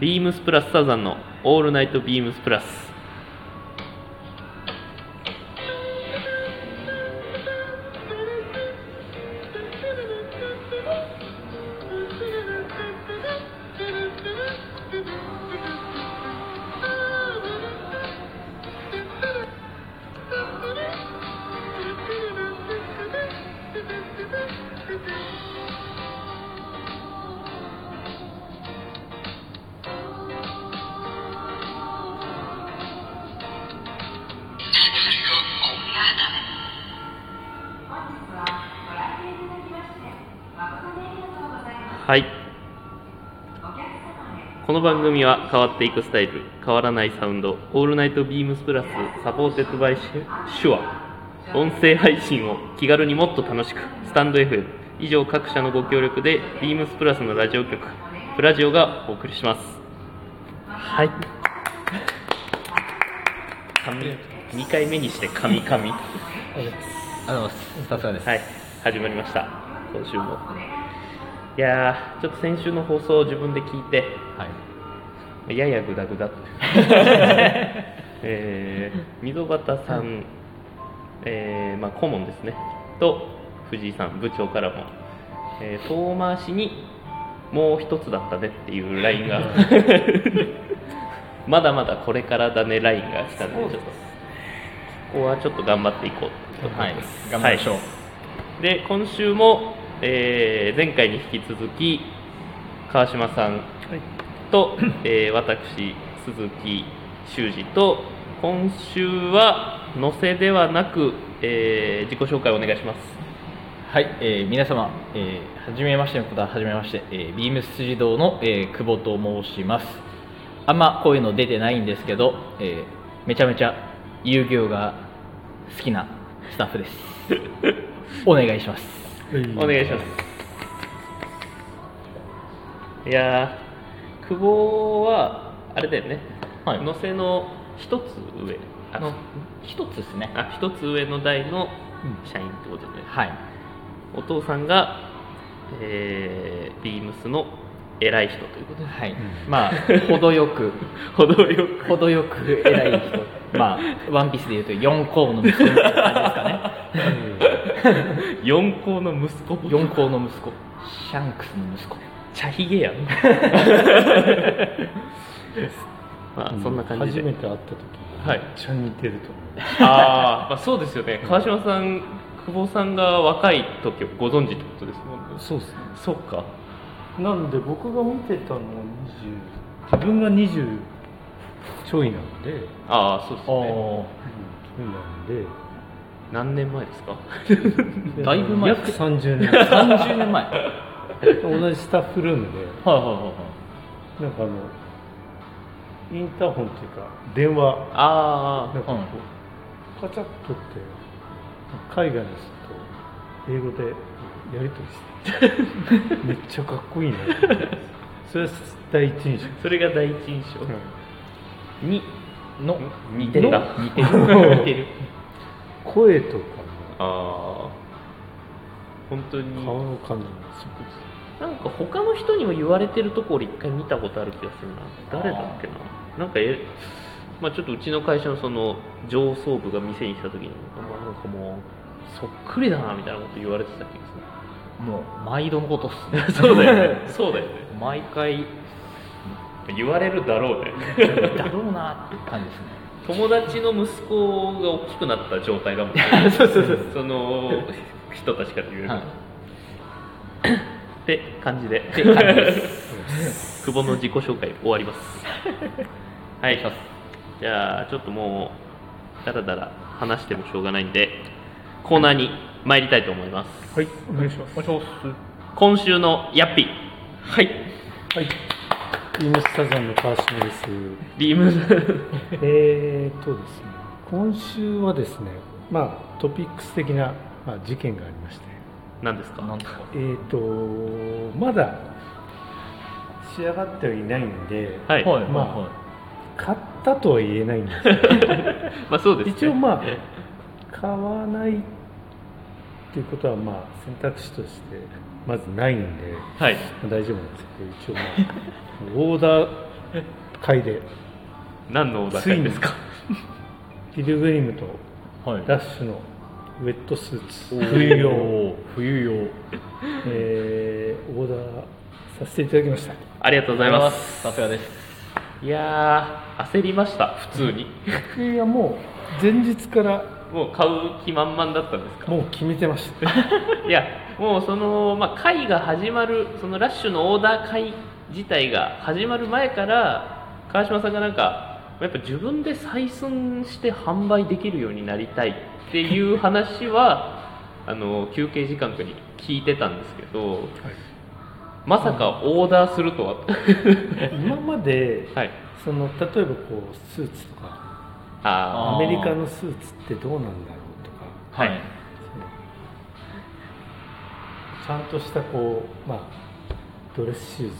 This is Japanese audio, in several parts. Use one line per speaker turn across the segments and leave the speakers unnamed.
ビームスプラスサザンのオールナイトビームスプラス。はい。この番組は変わっていくスタイル、変わらないサウンド、オールナイトビームスプラス、サポーテッドバイシュシュア。音声配信を気軽にもっと楽しく、スタンド FM。以上各社のご協力で、ビームスプラスのラジオ局、プラジオがお送りします。はい。神、2回目にして神々。
あの、さすがです。
はい、始まりました。今週も。いやー、ちょっと先週の放送を自分で聞いて、
はい。
ややグダグ ダと。えー、溝端さん、えーまあ、顧問ですね、と藤井さん、部長からも、えー遠回しにもう一つだったねっていう LINE が、まだまだこれからだね LINE が来たので、ちょっと、ここはちょっと頑張っていこうと思
はい
います。。
頑張りましょう。
はいで今週も、えー前回に引き続き川島さんと、えー私鈴木修二と今週はのせではなく、えー自己紹介をお願いします
はい、えー皆様、えー、はじめましての方ははじめまして、えー、ビームス辻堂の、えー久保と申します。あんまこういうの出てないんですけど、えーめちゃめちゃ遊戯王が好きなスタッフです。 お願いします。
お願いしますいやー久保はあれだよね、
はい
のせの一つ上あ
の一つですね。
あ一つ上の代の社員ってことで、ね
はい。
お父さんが、えー、ビームスの偉い人ということで
はい。まあ、程よく、
程よく
程よく偉い 人。まあ、ワンピースで言うと4項の息子みたいな感じですかね。
四校の息子
四校の息子シャンクスの息子
茶ひげやんまあそんな感じで
初めて会った時
はい
めっちゃ似てると思う
あー、まあそうですよね川島さん久保さんが若い時をご存知ってことですもんね
そうですね
そうか
なんで僕が見てたのは20自分が20ちょいなので、うん、
ああそうですね
ちょい
何年前ですか
なん で
だいぶ前
約30年
30年前はい
同じスタッフルームで
はいは
なんかあのインターホンっていうか電話
あ
なんかこうカチャッとって海外の人と英語でやり取り してめっちゃかっこいいなと思ってそれは第一印象
あそれが第一印象、
いにの
似てる
の似てる似てる
声とか
ああ本当に
も顔の感じもす
なんか他の人にも言われてるところ一回見たことある気がするな誰だっけななんかえ、まあ、ちょっとうちの会社のその上層部が店に来た時にあなんかもうそっくりだなみたいなこと言われてた気が
もう毎度のことっすね
する そうだよねそうだよね
毎回
言われるだろうね
だろうなって感じですね
友達の息子が大きくなった状態だもんね そうそうそうその人たちから言う、
はい
って感じで
って感じです
久保の自己紹介終わり ますはい
お願いします
じゃあちょっともうだらだら話してもしょうがないんでコーナーに参りたいと思います
はいお願いします
お願いします
今週のヤッピーはい
はいビームスタジャンの川島です
ビームズ
えーっとですね今週はですねまあトピックス的な、まあ、事件がありまして
何ですか
なんですか
えーっとまだ仕上がってはいないんで、
はい、
はい
まあ買ったとは言えないんですけ ど
まあそうです、ね、
一応ま
え
あ買わないっていうことはまあ選択肢としてまずないんで
はい
まあ大丈夫なんですけど一応まあオーダー回で
何のお題ですか
ピルグリムと
はい
ラッシュのウェットスーツ
おー
冬用、
冬用
えー、オーダーさせていただきました
ありがとうございます
さすがです
いやー焦りました普通に
いやもう前日から
もう買う気満々だったんですか
もう決めてました
いやもうその、まあ、会が始まるそのラッシュのオーダー会自体が始まる前から川島さんがなんかやっぱ自分で採寸して販売できるようになりたいっていう話は あの休憩時間とかに聞いてたんですけどまさかオーダーするとは
今まで
はい
その例えばこうスーツとか
あ
ー
アメリカのスーツってどうなんだろうとか
ーはい
そのちゃんとしたこう、まあ、ドレスシューズ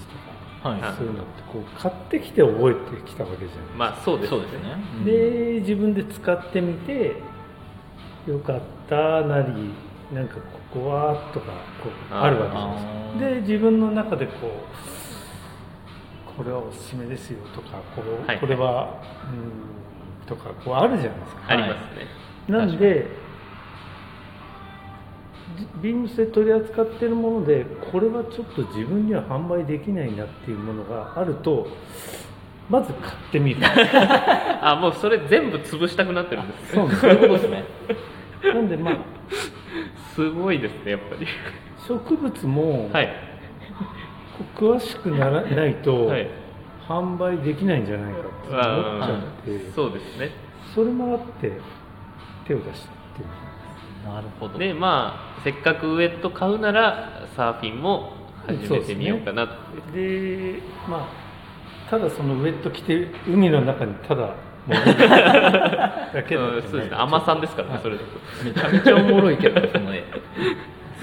と
はい
あ
かそういうのってこう買ってきて覚えてきたわけじゃない、
まあそうです
そうですね
で自分で使ってみてよかったなりなんかここはとかこう
あー
あるわけじゃないですかで自分の中でこうこれはおすすめですよとかこ
は
れ
い
これは、うんとかこうあるじゃないですか
ありますね、
なんでじビームスで取り扱ってるものでこれはちょっと自分には販売できないなっていうものがあるとまず買っ てみる
あもうそれ全部潰したくなってるんです
そう
そういうことですね
なんでまあ
すごいですねやっぱり
植物も、
はい
こう詳しくならないと、
はい
販売できないんじゃないかって思っちゃ
あ
って、
ーそうですね
それもあって手を出したっていう
なるほど
でまあせっかくウエット買うならサーフィンも始めてみようかなと
でまあただそのウェット着て海の中にただ潜るだけだ
うん
と
そうですね甘さんですからね
はい
それだと
めちゃめちゃおもろいけどその絵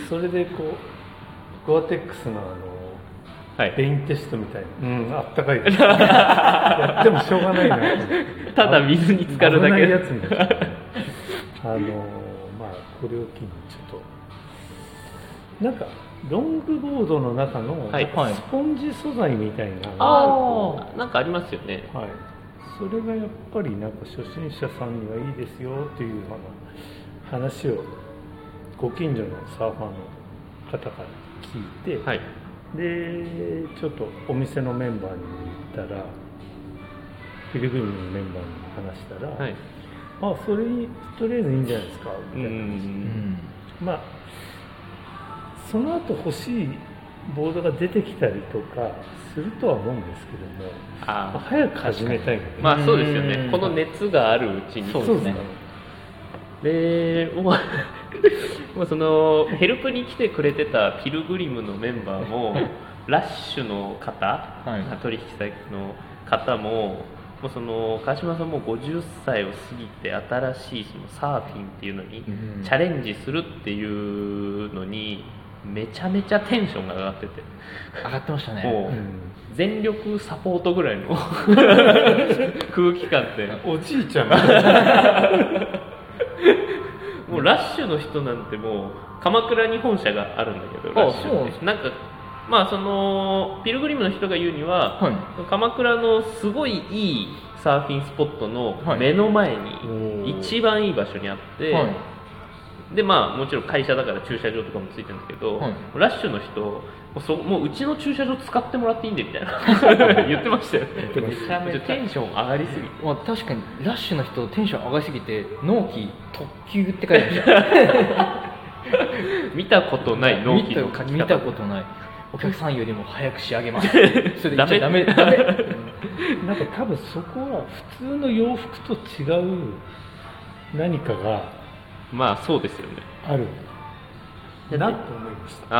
それでこうゴアテックスのあの
はい
レインテストみたいな、うん、あったかいで すやってもしょうがないなと思って
ただ水に浸かるだけ
危ないやつみたいなあのまあこれを機にちょっとなんかロングボードの中の
はい
なんかスポンジ素材みたいなのが
ああなんかありますよね
はい、それがやっぱりなんか初心者さんにはいいですよというような話をご近所のサーファーの方から聞いて、
はい
でちょっとお店のメンバーに言ったらフィリピンのメンバーに話したら、
はい
あそれにとりあえずいいんじゃないですか
う
みたいな
う
話
んん
まあその後欲しいボードが出てきたりとかするとは思うんですけども、まあ
あ
早く始めたいの
ー
で、
まあそうですよ
う
ね
ん
この熱があるうちに
そうですね
で もうもうそのヘルプに来てくれてたピルグリムのメンバー もラッシュの方、
い
取引先の方ももうその川島さんも50歳を過ぎて新しいそのサーフィンっていうのに
うん
チャレンジするっていうのにめちゃめちゃテンションが上がってて、
上がってましたね
も
うん
う全力サポートぐらい の空気感って
おじいちゃんみたいな
もうラッシュの人なんてもう鎌倉に本社があるんだけど
あ
ラッシュって
そうなんです
なんかまあそのピルグリムの人が言うには、
はい
鎌倉のすごいいいサーフィンスポット
は
の
い
目の前
お
に
ー
一番いい場所にあって、
はい
でまあもちろん会社だから駐車場とかもついてるんだけど、
はい
ラッシュの人もうそもううちの駐車場使ってもらっていいんでみたい な言ってましたよね
てま
めちゃめちゃ
テンション上がりすぎて
まあ、確かにラッシュの人テンション上がりすぎて納期特急って書いてました
見たことない納期の書き
見た
方
ことないお客さんよりも早く仕上げますそれで
ダメ
ダメダメ
なんか多分そこは普通の洋服と違う何かが
まあそうですよね
ある
だって
なと思いました
あ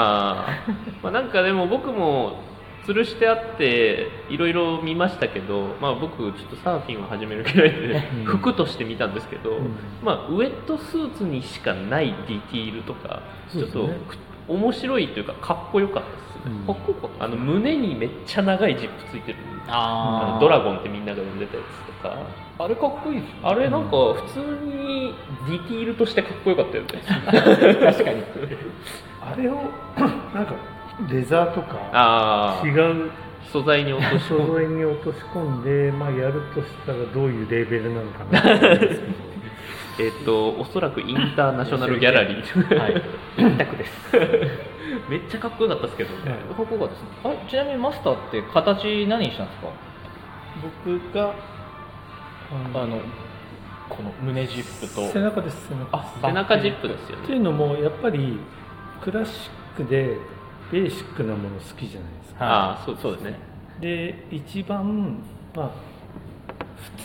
あ まあなんかでも僕も吊るしてあっていろいろ見ましたけど、まあ、僕ちょっとサーフィンを始めるくらいで
うん
服として見たんですけど、
うん
まあ、ウエットスーツにしかないディティールとかち
そう
ょっ
です
と
ね
く面白いというかかっこよかったですね、
う
か
ん
っこよかったあの胸にめっちゃ長いジップついてるあ
あ
のドラゴンってみんなが呼んでたやつとか
あれかっこいいです
あれなんか普通にディティールとしてかっこよかったよね
確かに
あれをなんかレザーとか
ああ
違う
素材に落とし
素
込む
材に落とし込んで、まあ、やるとしたらどういうレベルなのかなと思うんですけど
えっとおそらくインターナショナルギャラリー
はい、
一択ですめっちゃかっこよかったですけど、
はい
か っこよかったですねあれちなみにマスターって形何にしたんですか
僕があの
あのこの胸ジップと
背中です背中です
背中ジップですよ
って
ね
いうのもやっぱりクラシックでベーシックなもの好きじゃないですか
ああそうですね
で一番まあ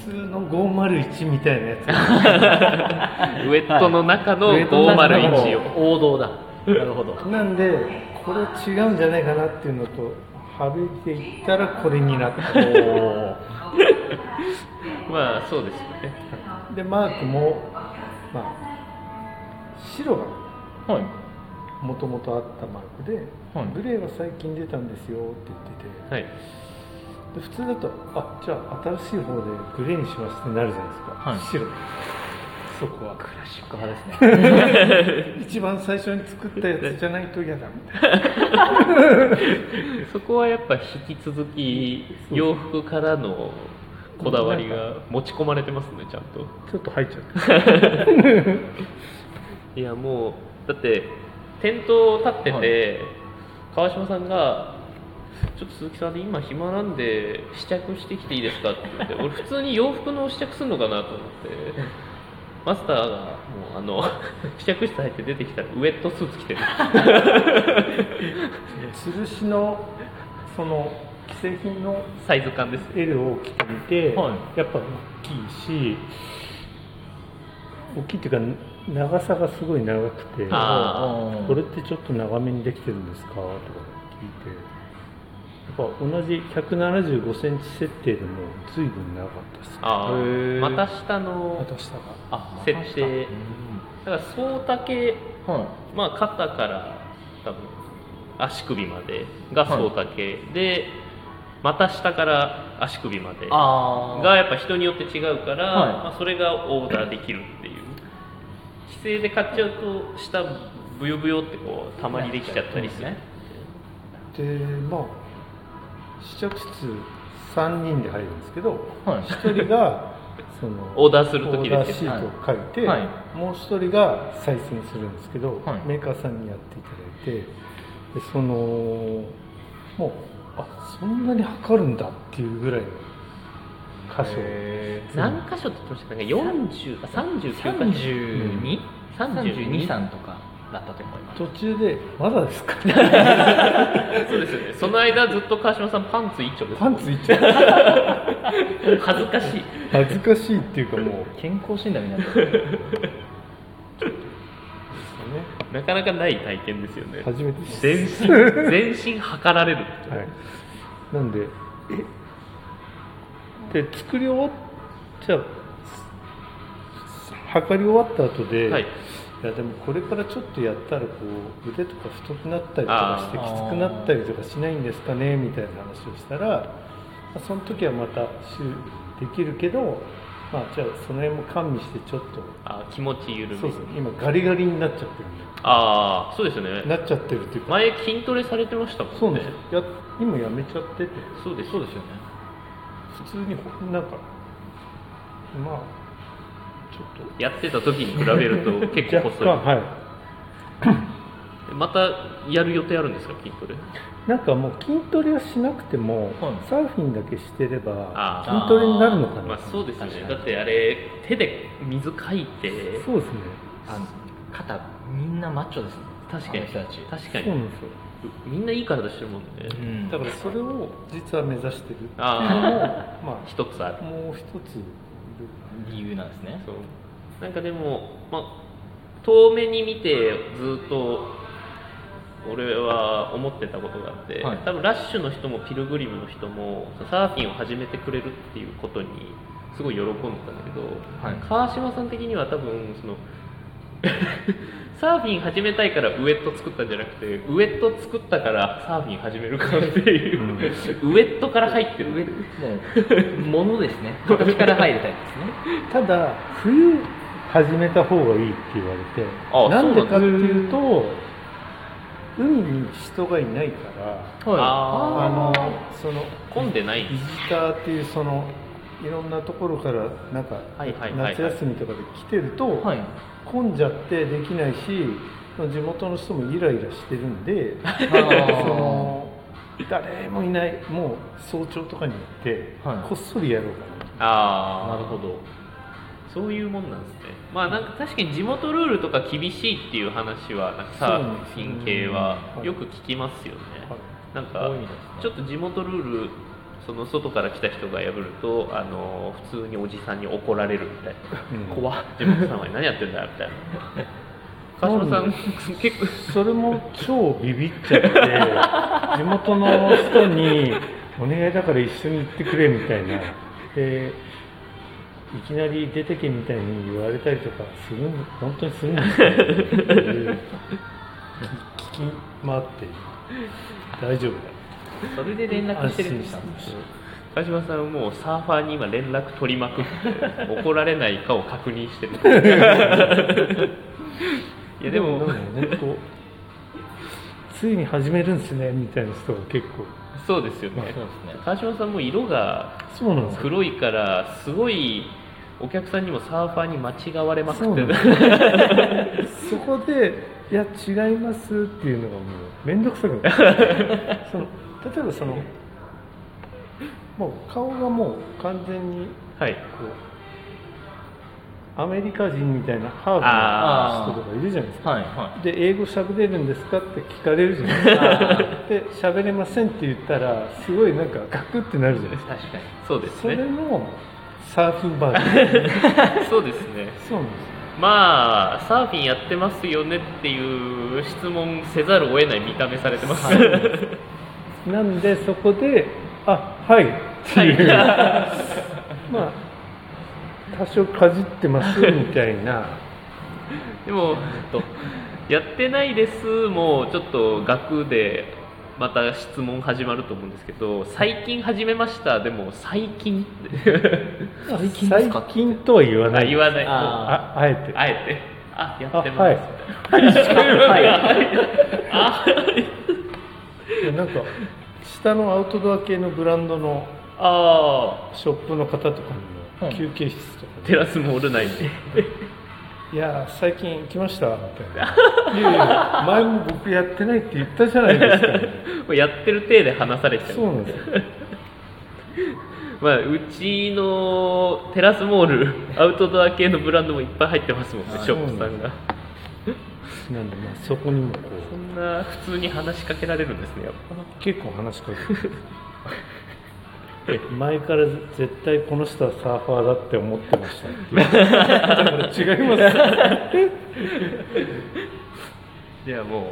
普通の501みたいなやつが
ウエットの中の
はいウエットの中の
501を、
王道だ なるほど
なんでこれ違うんじゃないかなっていうのとはめていったらこれになった
まあそうですよね
でマークも、まあ、白が
はい
もともとあったマークで、
はい
グレーが最近出たんですよって言
はい
っててで普通だとあじゃあ新しい方でグレーにしますってなるじゃないですか、
はい
白そこは
クラシック派ですね
一番最初に作ったやつじゃないと嫌だみたいな
そこはやっぱ引き続き洋服からのこだわりが持ち込まれてますねちゃんと
ちょっと入っちゃって
いやもうだって店頭立ってて、
は
川島さんが「ちょっと鈴木さんで今暇なんで試着してきていいですか?」って 言って俺普通に洋服の試着するのかなと思ってマスターがもうあ の試着室入って出てきたらウエットスーツ着てる
吊るしのその既製品の
サイズ感ですね
L を着てみて、
は
やっぱ大きいし大きいっていうか長さがすごい長くて
あ
これってちょっと長めにできてるんですか?」とか聞いてやっぱ同じ1 7 5ンチ設定でも随分長かったですね
あ
へ
ー
ー
股下の
股下が
あ
設定だから総丈
はい
まあ肩から多分足首までが総丈、で股下から足首まで
あー
がやっぱ人によって違うから、
はい
まあ、それがオーダーできるっていう規制で買っちゃうと下ブヨブヨってこうたまにできちゃったりする
ね
でまあ試着室3人で入るんですけど
はい
1人がその
オーダーする時
オーダ
で
ー
す
シ
よね
ートを書いて、
はい
もう1人が採寸するんですけど、
はい
メーカーさんにやっていただいてでそのもうあそんなに測るんだっていうぐらいの箇所
へー
何箇所って言ってましたか40あ39箇所
32?
32
32さんとかだったと思います
途中でまだですか
そうですよねその間ずっと川島さんパンツ一丁です
パンツいっちゃう
恥ずかしい
恥ずかしいっていう かもう
健康診断みたいに なってる
なかなかない体験ですよね
初めてです
全身全身測られるって
はい、なんでえで作り終わっちゃう測り終わった後で、
はい
い、やでもこれからちょっとやったらこう腕とか太くなったりとかしてき
あー
つくなったりとかしないんですかねみたいな話をしたらまあその時はまた修できるけど、まあ、じゃあその辺も加味してちょっと
あ気持ち緩め
そうそう今ガリガリになっちゃってるん
ああそうですよね
でなっちゃってるっていうか
前筋トレされてましたもんね
そうなんですよや今やめちゃってて
そうです
そうですよね
普通になんかまあちょっ
やってた時に比べると
と
結構細い
若干は
またやる予定あるんですか筋トレ
いなんかもう筋トレはしなくても、
はい
サーフィンだけしてれば
あ
筋トレになるのかな
まあそうです
確
ね
かに
だってあれ手で水かいて
そうですね
あの肩みんなマッチョですね
確か
あ
に
の人たち
確か
そう
に
なんですよ
みんないい体してるもんね、
うん
だからそれを実は目指してるっていうのも
あ
ま
あ一つある
あもう一つ
理由なんですね
そうなんかでも、まあ、遠目に見てずっと俺は思ってたことがあって、
はい
多分ラッシュの人もピルグリムの人もサーフィンを始めてくれるっていうことにすごい喜んでたんだけど、
はい
川島さん的には多分その サーフィン始めたいからウエット作ったんじゃなくてウエット作ったからサーフィン始めるかっていう、 ウエットから入ってる
もう物です ね形から入るタイプですね
ただ冬始めた方がいいって言われて
あ
なんでかっていうと海に人がいないから
は
あ
あのその
ー混んでない
ビジターっていうそのいろんなところからなんか、
はいはいはいはい
夏休みとかで来てると、
い。はい。
混んじゃってできないし地元の人もイライラしてるんで
そ
その誰もいないもう早朝とかに行って、
はい
こっそりやろうかな
ああ
なるほど。
そういうもんなんですねまあなんか確かに地元ルールとか厳しいっていう話はなんかサ
そうなんで
ー
す
フ
ね
ィン系は
うん
よく聞きますよね、なんか
多いみたいですね
ちょっと地元ルールその外から来た人が破るとあの普通におじさんに怒られるみたいな
うん
怖っ。
地元さんは何やってんだよみたいな川島さん結構
それも超ビビっちゃって 地元の人に「お願いだから一緒に行ってくれ」みたいなでいきなり出てけみたいに言われたりとかするん本当にするんですよで聞き回って大丈夫
それで連
だ
絡してるんでした。
安心して
川島さんはもうサーファーに今連絡取りまくって怒られないかを確認して るいやでも
なんかねこうついに始めるんですねみたいな人が結構
そうですよね
まあそう
ですね
川島さんも色が
そうなんですよ
黒いからすごいお客さんにもサーファーに間違われまく
そう
って
なんで
る
すそこで「いや違います」っていうのがもう面倒くさくな るその例えばそのもう顔がもう完全に
はい
こうアメリカ人みたいなハーフの人とかいるじゃないですか
はい。は
で英語喋れるんですかって聞かれるじゃないですか で喋れませんって言ったらすごいなんかガクってなるじゃないですか
確かにそうです
それ
ね
のサーフィンバー ジョン
そうですね
そうなんですよ
まあサーフィンやってますよねっていう質問せざるを得ない見た目されてます、
なんでそこで「あはい」っていう、 まあ多少かじってますみたいな
でも
と
やってないですもうちょっと額でまた質問始まると思うんですけど最近始めましたでも最近
最
近ですか
最近とは言わ
あ
ない
言わない
あ
ああえて
あえてあやってます
あはい
みたいな
はい
あ
なんか下のアウトドア系のブランドの
あ
ショップの方とかに
うん
も休憩室とか
ーテラスモール内で
で「いやー最近来ました」みたいな「いやいや前も僕やってないって言ったじゃないですか、
もうやってる体で話されちゃ
そう
う
なんですよ
まあ、うちのテラスモールアウトドア系のブランドもいっぱい入ってますもんね
あ
ショップさんが
なんでまあそこにもこ
そんな普通に話しかけられるんですねやっぱ
う結構話しかけてるえ前から絶対この人はサーファーだって思ってましたっていうだから違います
じゃあもう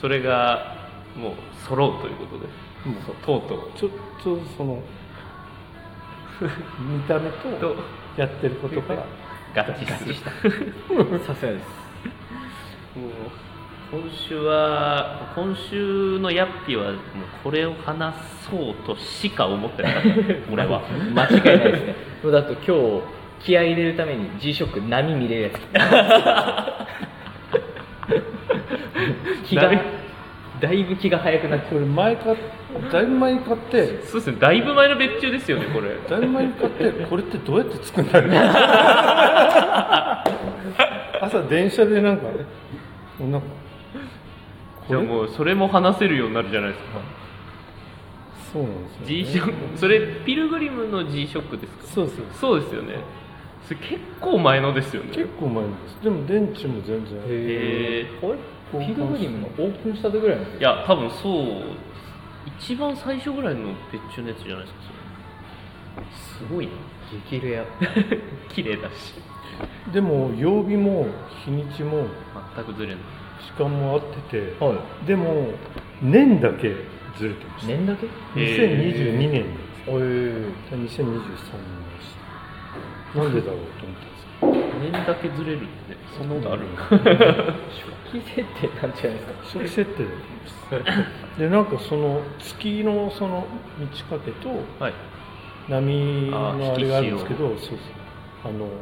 それがもう揃うということで
も
とうとう
うちょちょうどその見た目
と
とやってることが
合致する
さすがです。
もう今週は今週のヤッピーはもうこれを話そうとしか思ってなかった 俺は
間違いないですね。もうだと今日気合い入れるために G ショック波見れるやつ。気が
波
だいぶ気が早くなって
これ前買っだいぶ前に買って
そうですねだいぶ前の別注ですよねこれ
だいぶ前に買ってこれってどうやって作るんだろう朝電車でなんかなんか
じゃあもうそれも話せるようになるじゃないですか
そうなんですよ、ね、
G ショックそれピルグリムの G ショックですか
そうそう
そうですよねそれ結構前のですよね
結構前ですでも電池も全然
へえ
これピルグリムのオープンしたてぐらいの
いや多分そう一番最初ぐらいの別注のやつじゃないですかそれすごいな
激レア
綺麗だし
でも曜日も日にちも
全くずれない
時間も合ってて
は
でも年だけずれてました、
年だけ
2022年なんです
おえ
2023年でしたなんでだろうと思ったんですよ
年だけずれるってねそんなことあるんか
初期設定なんじゃないですか
初期設定だと 思いますでなんかその月のその満ち欠けと
はい
波のあれがあるんですけどそうそうあのなんか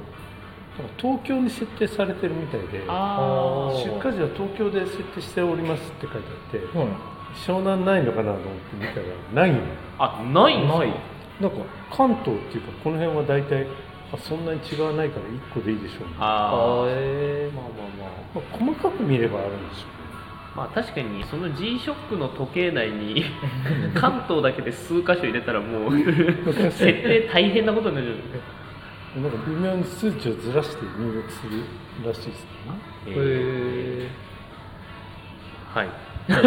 東京に設定されてるみたいで出
あー
荷時は東京で設定しておりますって書いてあって、
はい
湘南ないのかなと思って見たらないの
あないんですか
ない
なんか関東っていうかこの辺は大体あそんなに違わないから1個でいいでしょうね
あ
あ
ー
えー、まあまあ
まあ、細かく見ればあるんでしょ
まあ確かにその G ショックの時計内に 関東だけで数箇所入れたらもう設定大変なことになる
う ねなんか微妙に数値をずらして入力するらしいですね
え
へー
はいという
はいはい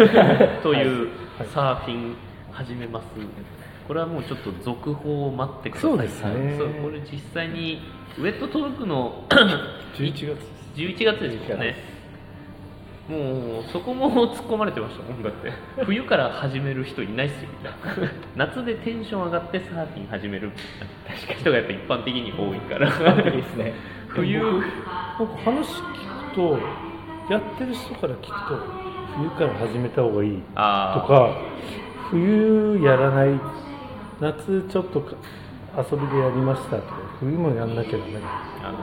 サーフィン始めますこれはもうちょっと続報を待ってください
そうですね
そうこれ実際にウェットトルクの
11月です
11月ですもんねもうそこも突っ込まれてましたもんだって冬から始める人いないっすよみたい な夏でテンション上がってサーフィン始めるみたいな人がやっぱ一般的に多いから
まあいいですね
冬
なんか話聞くとやってる人から聞くと冬から始めた方がいいと
あー
か冬やらない夏ちょっとか遊びでやりましたとか冬もやんなきゃダメだ、
あの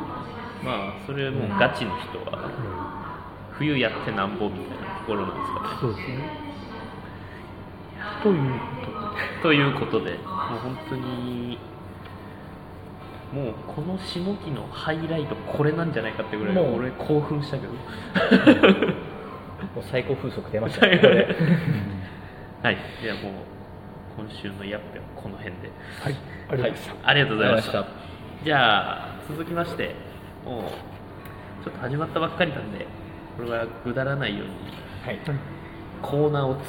まあそれはもうガチの人は冬やってなんぼみたいなところなんですかね
そうですねということ
ということでもう本当にもうこの下期のハイライトこれなんじゃないかってぐらい
もう
俺興奮したけど
もう最高風速出ましたねこれ
はいじゃあもう今週のやっぺはこの辺で
はいありがとうございました、
ありがとうございました
ありがとうござい
じゃあ続きましてもうちょっと始まったばっかりなんでこれはくだらないように
はい
コーナーを続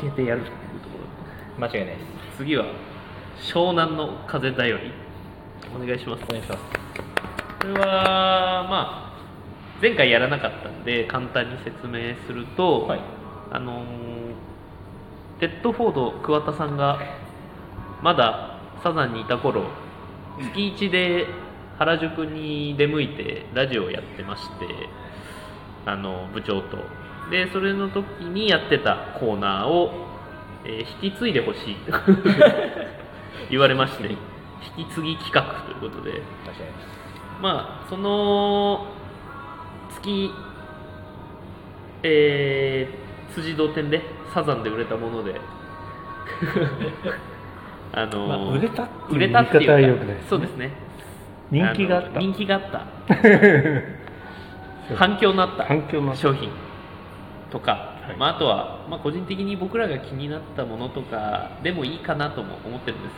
けてやるというところで
間違いないです
次は湘南の風だよりお願いします
お願いします
これはまあ前回やらなかったんで簡単に説明すると、
はい
あのーレッドフォード桑田さんがまだサザンにいた頃月1で原宿に出向いてラジオをやってましてあの部長とでそれの時にやってたコーナーを、えー引き継いでほしいと 言われまして引き継ぎ企画ということで
間違いないです
まあその月えー、辻堂店でサザンで売れたもので あのー
まあ売れたっていう
売れたっていうか
言い方は良くないですね
そうですね
人気があった
の人気があった反響のあった
反響のあった
商品とか、
はい
まあ、あとは、まあ、個人的に僕らが気になったものとかでもいいかなとも思ってるんです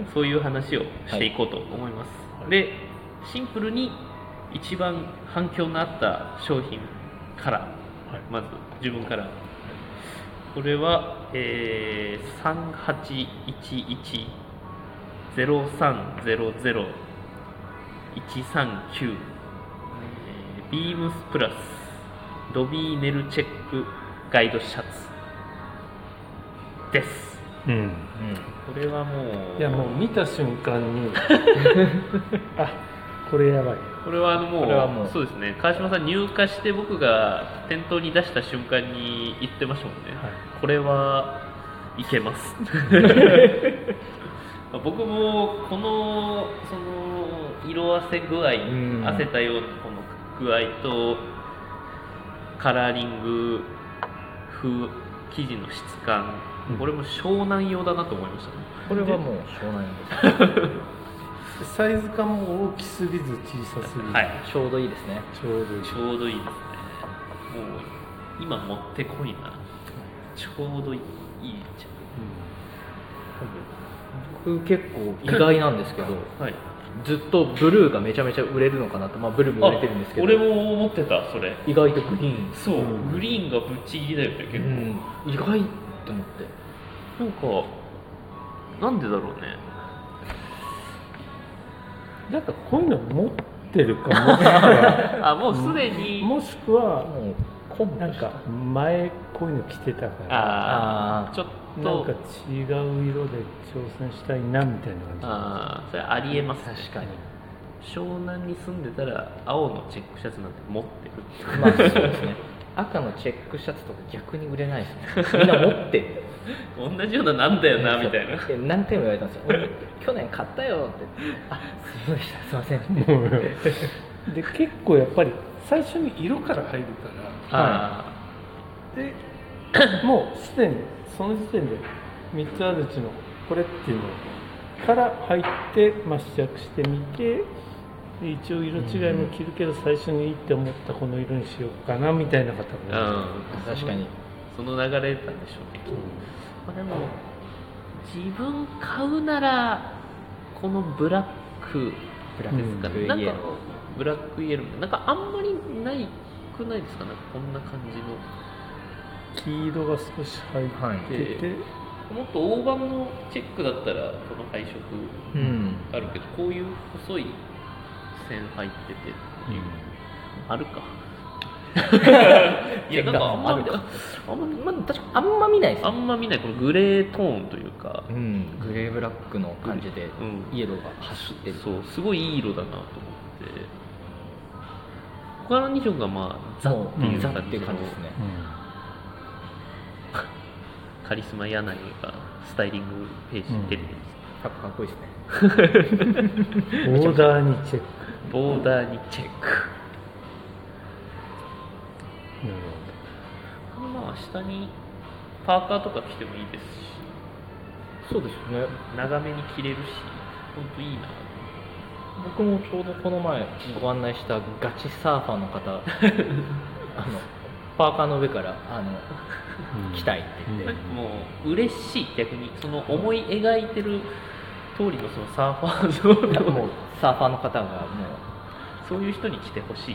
がそういう話をしていこうと思います、
はい
でシンプルに一番反響のあった商品から、
はい
まず自分からこれは、えー、3811-0300-139、えービームスプラスドビーネルチェックガイドシャツです
うん
これはもう
いやもう見た瞬間 にあこれやばい
これはあのもう
これはもう
そうですね川島さん入荷して僕が店頭に出した瞬間に言ってましたもんね、
はい
これはいけます まあ僕もこのその色あせ具合
ん
あせたようなこの具合とカラーリング風生地の質感
うん
これも湘南用だなと思いましたね
これはもう湘南です
サイズ感も大きすぎず小さすぎず、
はい
ちょうどいいですね
ちょうどいい
ちょうどいいですね。もう今持ってこいな。ちょうどいいじ
僕結構意外なんですけど
ゃん。はい。
ずっとブルーがめちゃめちゃ売れるのかなとまあブルーも売れてるんですけど
俺も思ってたそれ。
意外とグリーン
そう、
うん
グリーンがぶっちぎりだよね
う
結構。
ん意外と思って
なんかなんでだろうね。
なんかこういうの持ってるかもしくは
あもうすでに。
もしくは
もうコン
なんか前こういうの着てたから
あ
あ
あ
あ
ちょっ
なん
と
か違う色で挑戦したいなみたいな感
ああそれありえます、
確かに
湘南に住んでたら青のチェックシャツなんて持ってる。
まあそうですね赤のチェックシャツとか逆に売れないですねみんな持ってる
同じようななんだよなみたいな。
で何回も 言われたんですよ俺「去年買ったよ」って「あすいませんでしたすいません」って
じもうで結構やっぱり最初に色から入るから
あ
でもうすでにその時点で三つあるうちのこれっていうのから入って、まあ、試着してみてで一応色違いも着るけど最初にいいって思ったこの色にしようかなみたいな方も
あ、
いる
うん、
確かに
その流れなんでしょうねまあ、でも自分買うならこのブラック
ブラ
ック
ですかね、
うん
なん
イエ
か
ロー
ブラックイエローみたいななんかあんまりないくないですかねこんな感じの
黄色が少し入ってて、
もっと大判のチェックだったらこの配色
うん
あるけどこういう細い線入っててある かいやなんかあんま
あるか
あんま、まあ、確か
あんま見ないです
あ
ね
んま見ないこのグレートーンというか、
うんグレーブラックの感じで
うん
イエローが走ってる
そうすごいいい色だなと思って他の2色がまあザ
も
っ
う
ていう
ザ
感
っ
じ,、
ていう感じですね
カリスマ柳がスタイリングページに出てる、
かかっこいいですね
うんオーダーにチェック
ボーダーにチェック
なる
まあ下にパーカーとか着てもいいですし
そうですね
長めに着れるしほんといいな
僕もちょうどこの前ご案内したガチサーファーの 方あのパーカーの上からあの
ほど、
来たいって言って、
なんかもう嬉しい逆にその思い描いてる通りのそのサーファー
いや
像
も
の
うサーファーの方がも
そういう人に着てほしい
ぜ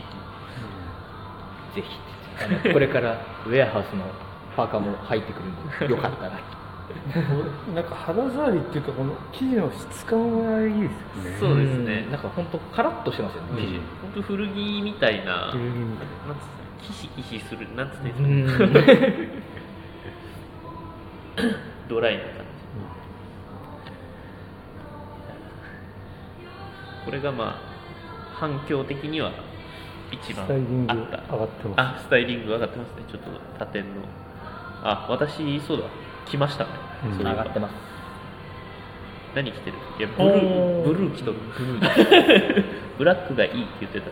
ひあ のこれからウェアハウスのパーカーも入ってくるんでよかったら
うんなんか肌触りっていうかこの生地の質感がいいですよね
そうですね
んなんか本当カラッとしてますよね、
うん
生地
本当古着みたいな、
古着み
なんつ
たい
うのキシキシするなんつっていう
うん
ですか、
ん
ドライな感じこれがまあ反響的には一番
スタイリング
あ
上
っ
が
た
ってま
あスタイリング上がってますねちょっと他店のあ私そうだ来ましたね、
うん
そういえば
上がってます
何着てるいやブルー
おー
ブルー着とる
ブルーです
ブラックがいいって言ってた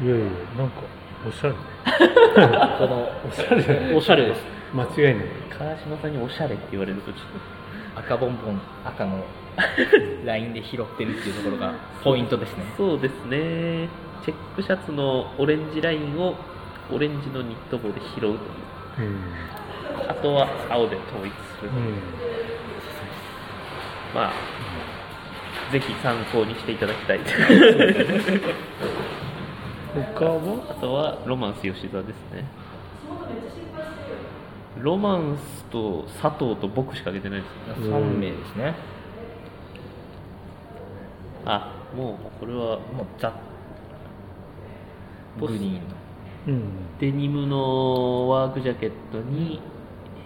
すいやいやなんかおしゃれ
このおしゃれおしゃれです
間違いない
川島さんにおしゃれって言われるとちょっ
赤ボンボン赤 のラインで拾ってるっていうところがポイントですね
とそうですねチェックシャツのオレンジラインをオレンジのニット帽で拾うという
うん、
あとは青で統一する、
うん、
まあぜひ参考にしていただきたい
他は
あとはロマンス吉沢ですねロマンスと佐藤と僕しか上げてないですね
3名ですね、
あもうこれはもうザ
グリーンの
うん
デニムのワークジャケットに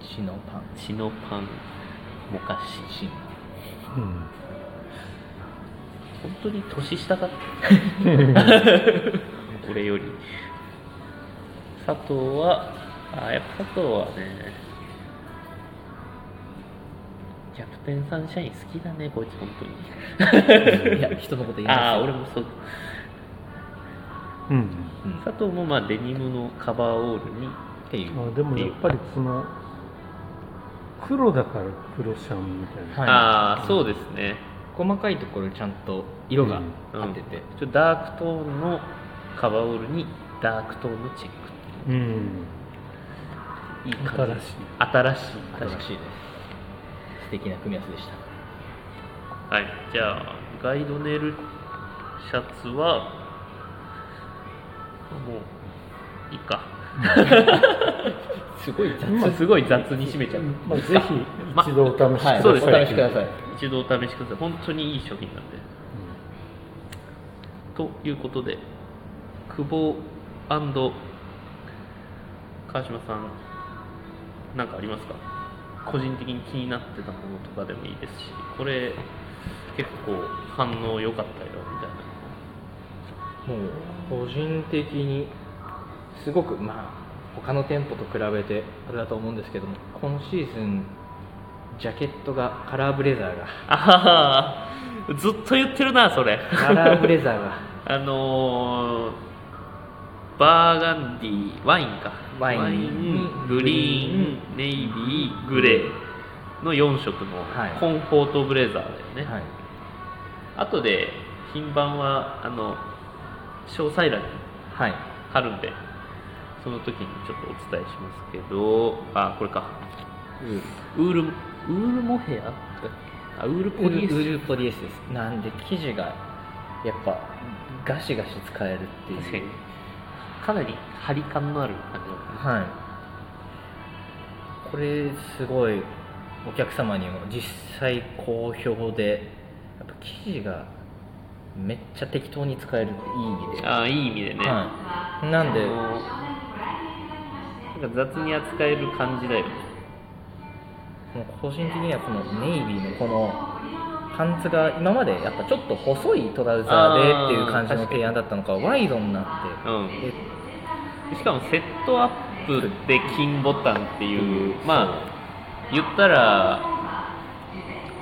血のパン
チノパンもかし
チン
本当に年下 だった俺より佐藤はあやっぱ佐藤はねキャプテンサンシャイン好きだねこいつ本当に
いや人のこと言い
ああ
ま
俺もそう
うん、
すうん
佐藤もまあデニムのカバーオールに
っていう
うん、あでもやっぱりこの黒だから黒シャンみた
は
いな、
い
ああそうですね
細かいところちゃんと色が合ってて、
ちょっとダークトーンのカバーオールにダークトーンのチェック
うん
いい感じ
新しい
新しい
新しい
確
で
かに
す素敵な組み合わせでした
はいじゃあガイドネルシャツはもういいか
すごい雑
まあすごい雑に締めちゃう
まあ、ぜひ一度お試しください、
はい
そうですね
お試しください
一度お試しください本当にいい商品なんでということで久保川島さん何かありますか個人的に気になってたものとかでもいいですしこれ結構反応良かったよみたいな
もう個人的にすごくまあ他の店舗と比べてあれだと思うんですけども今シーズンジャケットがカラーブレザーが
ああずっと言ってるなそれ
カラーブレザーが
あのーバーガンディワインか
ワイン
グリーン、ネイビーグレーの4色の
はい
コンフォートブレザーだよね、
はい
後で品番はあの詳細欄に
はい
貼るんでその時にちょっとお伝えしますけどあこれかウールウールモヘアだっけあウールポリエステ
ウ
ル
ルポリエステルですなんで生地がやっぱガシガシ使えるっていう
確かにかなり張り感のある感じだね
はいこれすごいお客様にも実際好評でやっぱ生地がめっちゃ適当に使えるっていい意味で、
ああいい意味でね、
はい、なんで
あのなんか雑に扱える感じだよね
もう個人的にはこのネイビーのこのパンツが今までやっぱちょっと細いトラウザーでっていう感じの提案だったのかワイドにな
う
ってで
んしかもセットアップで金ボタンっていうまあ言ったら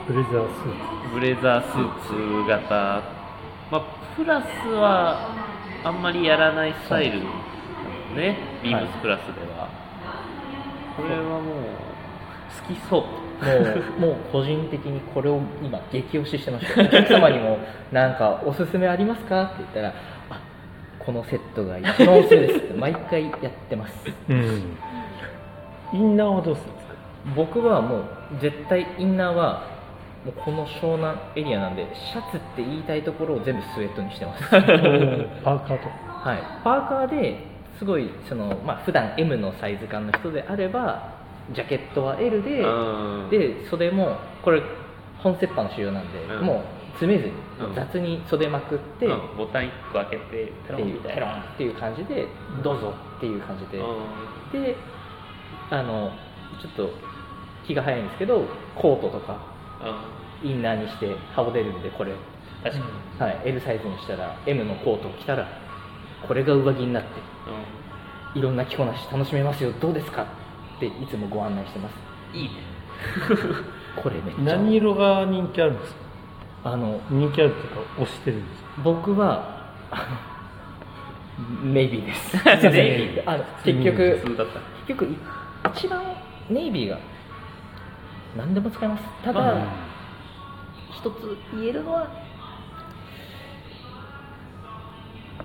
ブレザースー
ブレザースーツ型まあプラスはあんまりやらないスタイルなのねビームスプラスでは、これはもう好きそう
もうもう個人的にこれを今激推ししてました お客様にも「なんかおすすめありますか?」って言ったら「あこのセットが一番おすすめです」って毎回やってます
ツうんインナーはどうするんですか
僕はもう絶対インナーはもうこの湘南エリアなんでシャツって言いたいところを全部スウェットにしてます
パーカーとか
はい、パーカーですごいその、まあ普段 M のサイズ感の人であればジャケットは L で、
うん
で袖もこれ本折半の仕様なんで、
うん
もう詰めずに、
うん
雑に袖まくって、
うんボタン1個開けてペ
っ
ロ
て
ン
い
み
う
た
ペ
い
ロン
な
っていう感じでどうぞっていう感じで、
うん
であのちょっと気が早いんですけどコートとか
うん
インナーにして羽織れるんでこれ
確かに、
はい、L サイズにしたら M のコートを着たらこれが上着になっていろんな着こなし楽しめますよどうですかっていつもご案内してます
うん、いいね
これめっちゃ
何色が人気あるんですか
あの
人気あるっていうか推してるんですか
僕は あのネイビーで す
ネイビ
あの結局
普通だった
結局い一番ネイビーが何でも使えますただ、一つ言えるのは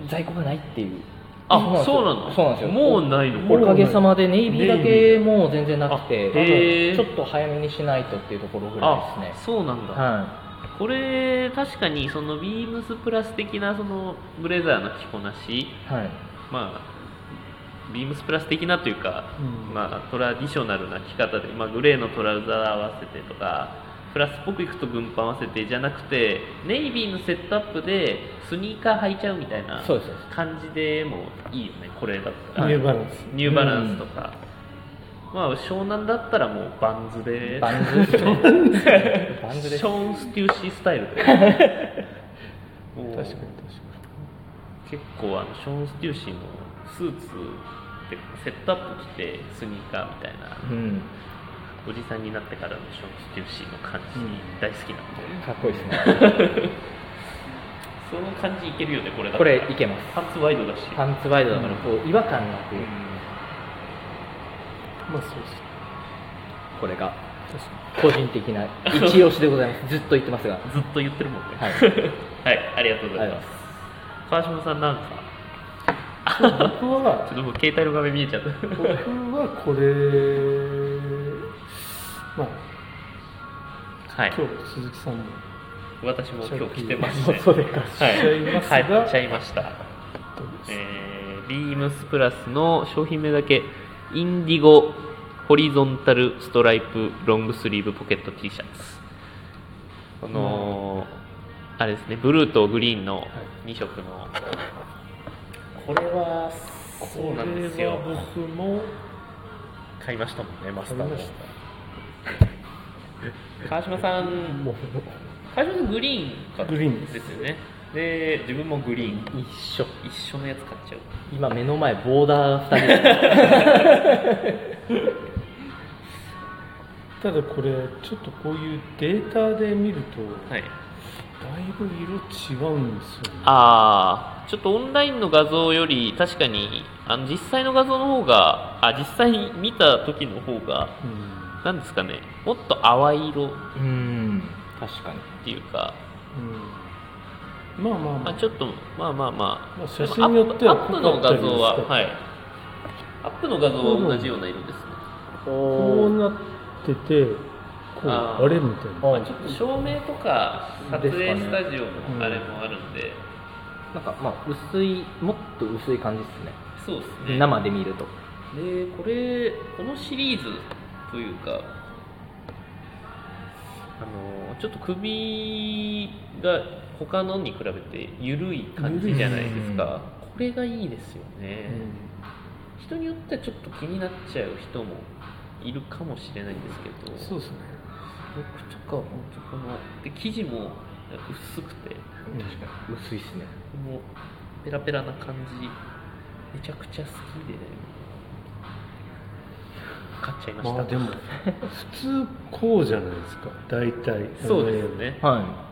在庫がないっていう
あそうなの
そうなんですよ
もうないの
おかげさまでネイビーだ
ネイ
けもう全然なくて
あへー
ちょっと早めにしないとっていうところぐら
あ
いですね
そうなんだ、
は
これ確かにそのビームスプラス的なそのブレザーの着こなし
いはい
まあビームスプラス的なというか、
うん
まあ、トラディショナルな着方で、まあ、グレーのトラウザー合わせてとかプラスっぽくいくと軍パン合わせてじゃなくてネイビーのセットアップでスニーカー履いちゃうみたいな
そうですそう で
感じでもいいよねこれだったら
ニューバランス
ニューバランスとか、まあ湘南だったらもうバンズで
バンズで すねバンズで
シ
す
ョーン・ステューシースタイル でもう
確かに確
結構あのショーン・ステューシーのスーツでセットアップ着てスニーカーみたいな
うん
おじさんになってからのショーン・ステューシーの感じ、
うん
大好きなんで
かっこいいですね
その感じいけるよねこれだ
こ
ったら
れいけます
パンツワイドだし
パンツワイドだからこう違和感なく
かにまあそうです
これが
確かに
個人的な一押しでございますずっと言ってますが
ずっと言ってるもんね
はい
はい、ありがとうございます川島さんなんか
僕は
ちょっともう携帯の画面見えちゃった
僕はこれまあ
はい
今日鈴木さんも
私も今日着てました、ね、
それからしちゃいますが、
はい、買っちゃいましたえー、ビームスプラスの商品名だけインディゴホリゾンタルストライプロングスリーブポケット T シャツこの、あれですねブルーとグリーンの2色の、これはそうなんですよ
これは僕も
買いましたもんねマスター
買い
も
まし
川島さん
も
川島さんグリーン買った
グリーンです
ですよねで自分もグリーン
一緒
一緒のやつ買っちゃう
今目の前ボーダー2人
うただこれちょっとこういうデータで見ると、
はい
だいぶ色違うんですよね
ああちょっとオンラインの画像より確かにあの実際の画像の方があ実際見た時の方が
うん
なんですかねもっと淡い色っ
うん確かに
ていうか、
うんまあまあ、ま
まあ、
あ
ちょっとまあまあまあ
まあ写真によっては
アップアップの画像は
濃かった
はいアップの画像は同じような色ですね、
こうなっててこう
あ
あ
ー
れみたいな
まあ、ちょっと照明とか撮影スタジオのあれもあるんで
なんかまあ薄いもっと薄い感じですね
そうですね
生で見ると
でこれこのシリーズというかあのちょっと首が他のに比べて緩い感じじゃないです
緩い
かこれがいいですよ
う
ね、
ん
人によってはちょっと気になっちゃう人もいるかもしれないんですけど
そうですね
僕とかは本当こので生地も薄くて
うん
に薄いですね
このペラペラな感じめちゃくちゃ好きで買っちゃいました、
まあでも普通こうじゃないですか大体
そうですね
は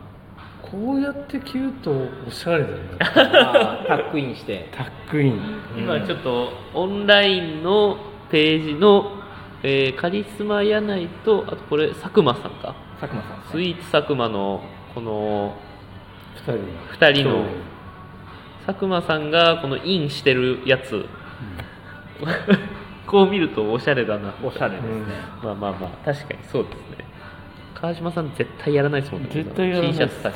こうやって着るとおしゃれだ
い
な
タックインして
タックイン
今ちょっとオンラインのページの、えーカリスマ柳井とあとこれ佐久間さんか
佐久間さんです
ス
ね
イーツ佐久間のこの
二人の
2人の
そう
佐久間さんがこのインしてるやつこう見るとおしゃれだな
おしゃれ
うんうん
まあまあまあ確かにそうですね川島さん絶対やらないですもんね
絶対やらない
T シャ ツさ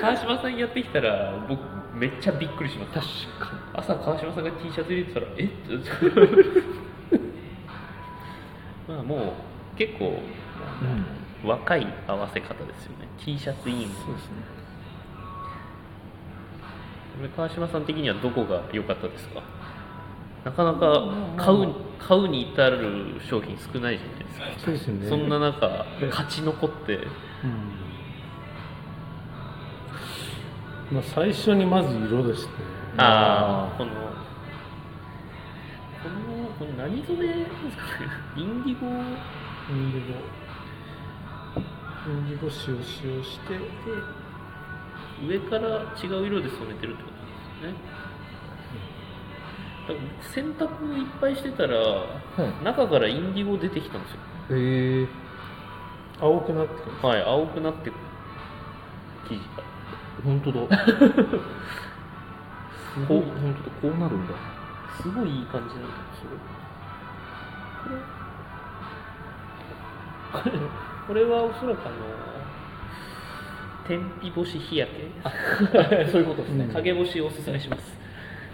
川島さんやってきたら僕めっちゃびっくりします確かに朝川島さんが T シャツ入れてたらえっ とまあもう結構、若い合わせ方ですよね T シャツイン
そうですね
これ川島さん的にはどこが良かったですかなかなか買う買うに至る商品少ないじゃないですか
そうですよね
そんな中勝ち残って
まあ、最初にまず色ですね
ああこのこのこの何染めですかねインディゴ
インディゴインディゴ紙を使用して
で上から違う色で染めてるってことですねだから洗濯いっぱいしてたら、
う
中からインディゴ出てきたんですよ
へえ
青くなってくる
はい青くなってくる生地が
本当 だす
ごい
本当だこうなるんだ
すごいいい感じなんですよこれこれはおそらくあの天日干し日焼けそういうことです
ね
影干しをおすすめします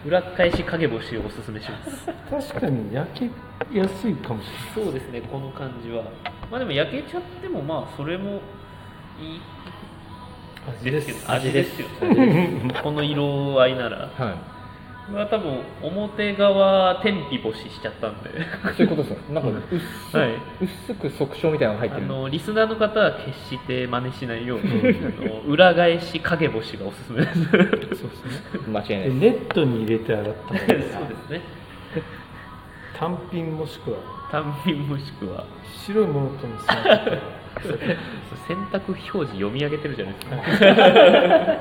裏返し影干しをおすすめします
確かに焼けやすいかもし
そうですねこの感じはまあでも焼けちゃってもまあそれもいい
れな
で
い
すけど
味
味
で
ですすよねこの色合いなら
は
これは多分表側天日干ししちゃったんで
いそういうことですねなんか薄,、
はい
薄く即勝みたいなのが入っ
あ
てる
のリスナーの方は決して真似しないようにあの裏返し影干しがおすすめですそう
そうですね
間違いない
で
です
ネットに入れて洗った方がいい
で
です
すね
単品もしくは
単品もしくは
白いものとの差が
選択表示読み上げてるじゃない ですか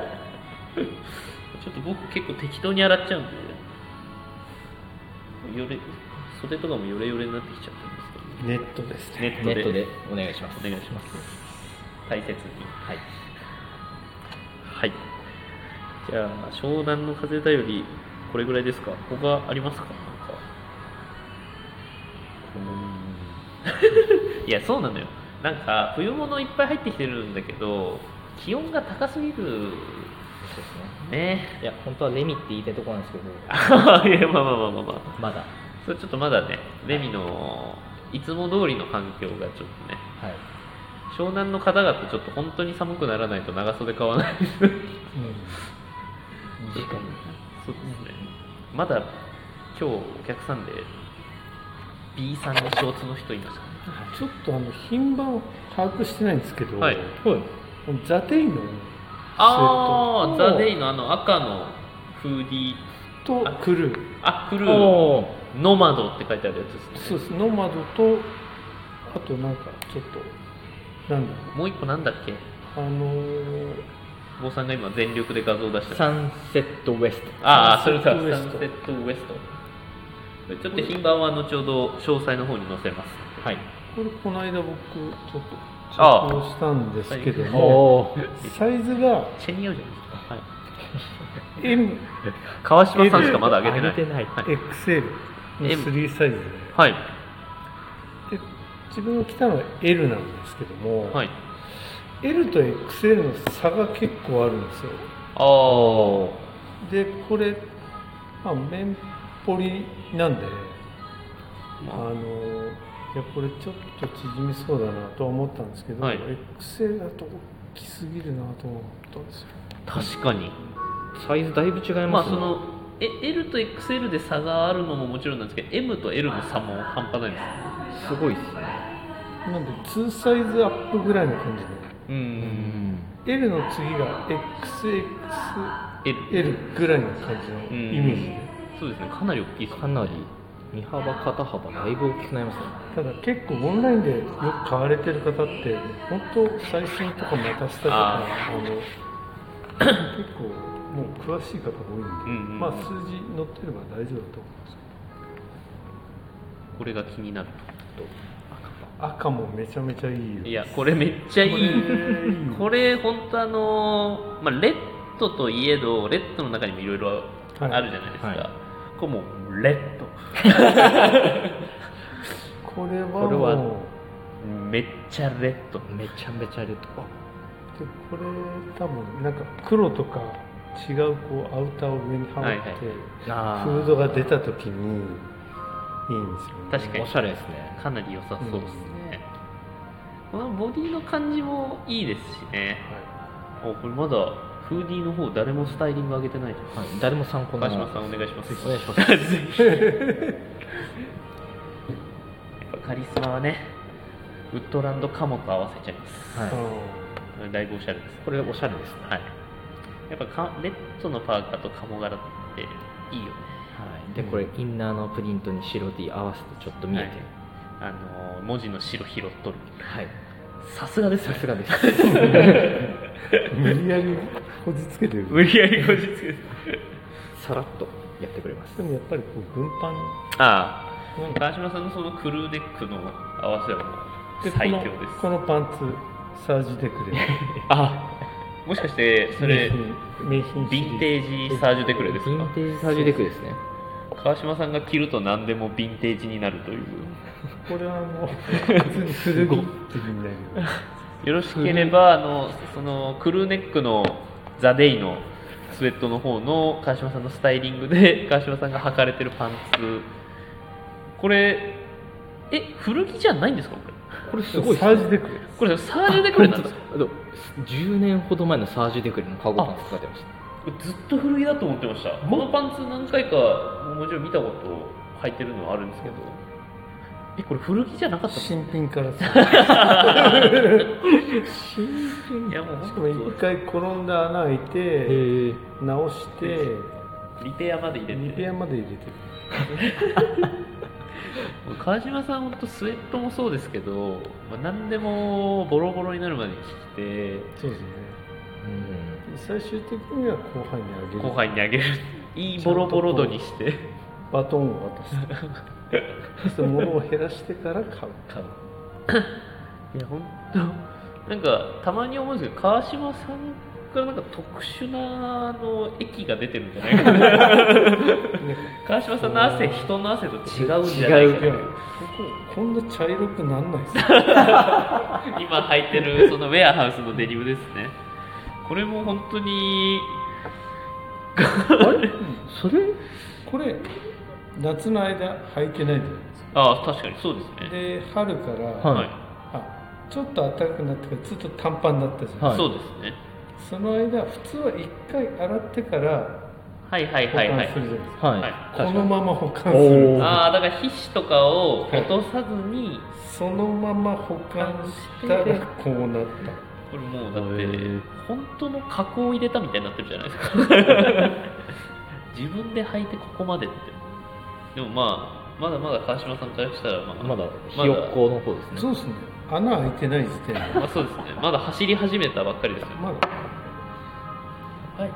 ちょっと僕結構適当に洗っちゃうんでよれ袖とかもヨレヨレになってきちゃったんですけど
ネットですね
ネット
ネ
で
ットでお願いします
お願いします大切に
はい
はいじゃあ湘南の風だよりこれぐらいですか他ありますかなんか いやそうなのよなんか冬物いっぱい入ってきてるんだけど気温が高すぎる
そうですね
ね
いや本当はレミって言いたいところなんですけど
いやまあまあまあまあまあ
まだ
それちょっとまだねレミのいつも通りの環境がちょっとね
はい
湘南の方々ちょっと本当に寒くならないと長袖買わないです
時間
そうですね。まだ今日お客さんで B さんのショーツの人いましたね。
うんちょっとあの品番を把握してないんですけど、
はい
はい
ザテイの
ああ、
セット
ザ・デイのあの赤のフーディー、
とクルー
あ、クルー、
おー
ノマドって書いてあるやつですね。
そうですノマドとあとなんかちょっとなんだろ
もう一個なんだっけ
うあのー
坊さんが今全力で画像を出した
サンセットウエスト
ああそれだサ
サ
ン
ン
セ
セットウエスト
ットウエストちょっと品番は後ほど詳細の方に載せます
はい
これこの間僕ちょっと
ああ
着用したんですけど
お
もサイズが
チェニオじゃないですか、はい、
M
川島さんしかまだ上げてない
上げてない
はい、
XL
M
の3サイズで
はい
で自分が着たのは L なんですけども、
はい、
L と XL の差が結構あるんですよ
あー
でこれ、まあ、面ポリなんで、あ
ま
のいやこれちょっと縮みそうだなとは思ったんですけど、
はい
XL だと大きすぎるなと思ったんですよ
あ確かに
サイズだいぶ違い
ま
ま
あ
す
そのえ L と XL で差があるのももちろんなんですけど M と L の差も半端ないです
すごいですね
なんで2サイズアップぐらいの感じ
う
うんん
で L の次が
L
XXL ぐらいの感じの
うん
イメージで、
そうですねかなり大きいです
かなり身幅肩幅だいぶ大きくなりますね
ただ結構オンラインでよく買われてる方って本当最新とかまたしたとか
あ
あの結構もう詳しい方が多いんで、
うんうんうん
まあ数字載ってれば大丈夫だと思うんです
これが気になる
けど赤もめちゃめちゃいいよ
いやこれめっちゃいい
これいい よ
これ本当あのーまあ、レッドといえどレッドの中にもいろいろあるじゃないですか、
はいはい
これもうレッド
これはもう
これは
めっちゃレッド
めちゃめちゃレッド
でこれ多分なんか黒とか違うこうアウターを上に羽織って、
はいはい
あ
フードが出た時にいいんですよね
確かに
おしゃれですね
かなり良さそうですね、このボディの感じもいいですしね
は
おこれまだフーディーの方誰もスタイリング上げてないです
はい誰も参考にな
川島さ
らない
んお願いします
お願いします
やっぱカリスマはねウッドランドカモと合わせちゃいます
い
はい
だいぶおしゃれです
これおしゃれですね
はいやっぱかレッドのパーカーとカモ柄っていいよね
はいでこれインナーのプリントに白 T 合わせてちょっと見えて
あのー文字の白拾っとる
はい
さすがです
さすがです
うん無理やりこじつけてる
無理やりこじつけ
さらっとやってくれます
でもやっぱりこう軍パン
あ
なん
あ
か
川島さんのそのクルーネックの合わせはもう
で
最強です
このこのパンツサージデクレ
あもしかしてそれ
名品
ヴィンテージサージュデクレです
ヴィ
か
ンテージサージュデクですね
川島さんが着ると何でもヴィンテージになるという
これはあの普通に古着って意味になるよ
よろしければあのそのクルーネックのザ・デイのスウェットの方の川島さんのスタイリングで川島さんが履かれてるパンツこれえ古着じゃないんですかこれ
これ
サージデクレ
これサージュデクレなんですか
あの10年ほど前のサージュデクレのカゴパンツ使ってまし
これずっと古着だと思ってましたこのパンツ何回かもちろん見たこと履いてるのはあるんですけどえこれ古着じゃなかったの
新品からさ新品
いやもう本当
しかも一回転んだ穴開い
た
て
へえ
直して
リペアまで入れて
リペアまで入れてる
川島さん本当スウェットもそうですけど、まあ、何でもボロボロになるまで着
そうですね
うん
最終的には後輩にあげ
て
る
後輩にあ げるいいボロボロ度にして
バトンを渡すそして物を減らしてから買う
買ういや本当なんかたまに思うんですけど川島さんからなんか特殊なあの液が出てるんじゃないか な川島さんの汗人の汗と違うんじゃないかな
違
いやこここんな茶色くなんないですよ
今履いてるそのウェアハウスのデニムですねこれも本当に
あれ
それ
これ夏の間履いてないじゃないです
ああ確かにそうです
か
ね
で春から、
はい
あちょっと暖かくなってからずっと短パンだったじゃない、
はい
そうですね
その間普通は1回洗ってから
はいはい
保
はいは
管
い
するじゃないですか、
はい、
はい
確かに
このまま保管する
おー
ああだから皮脂とかを落とさずに、
そのまま保管したらこうなった
これもうだっ
へ
て
ー
本当の加工を入れたみたいになってるじゃないですか自分で履いてここまでってでもまあまだまだ川島さんからしたらまあ
まだひよっこの方ですね
そうですね穴開いてない時点で
まあそうですねまだ走り始めたばっかりですよね
まだはい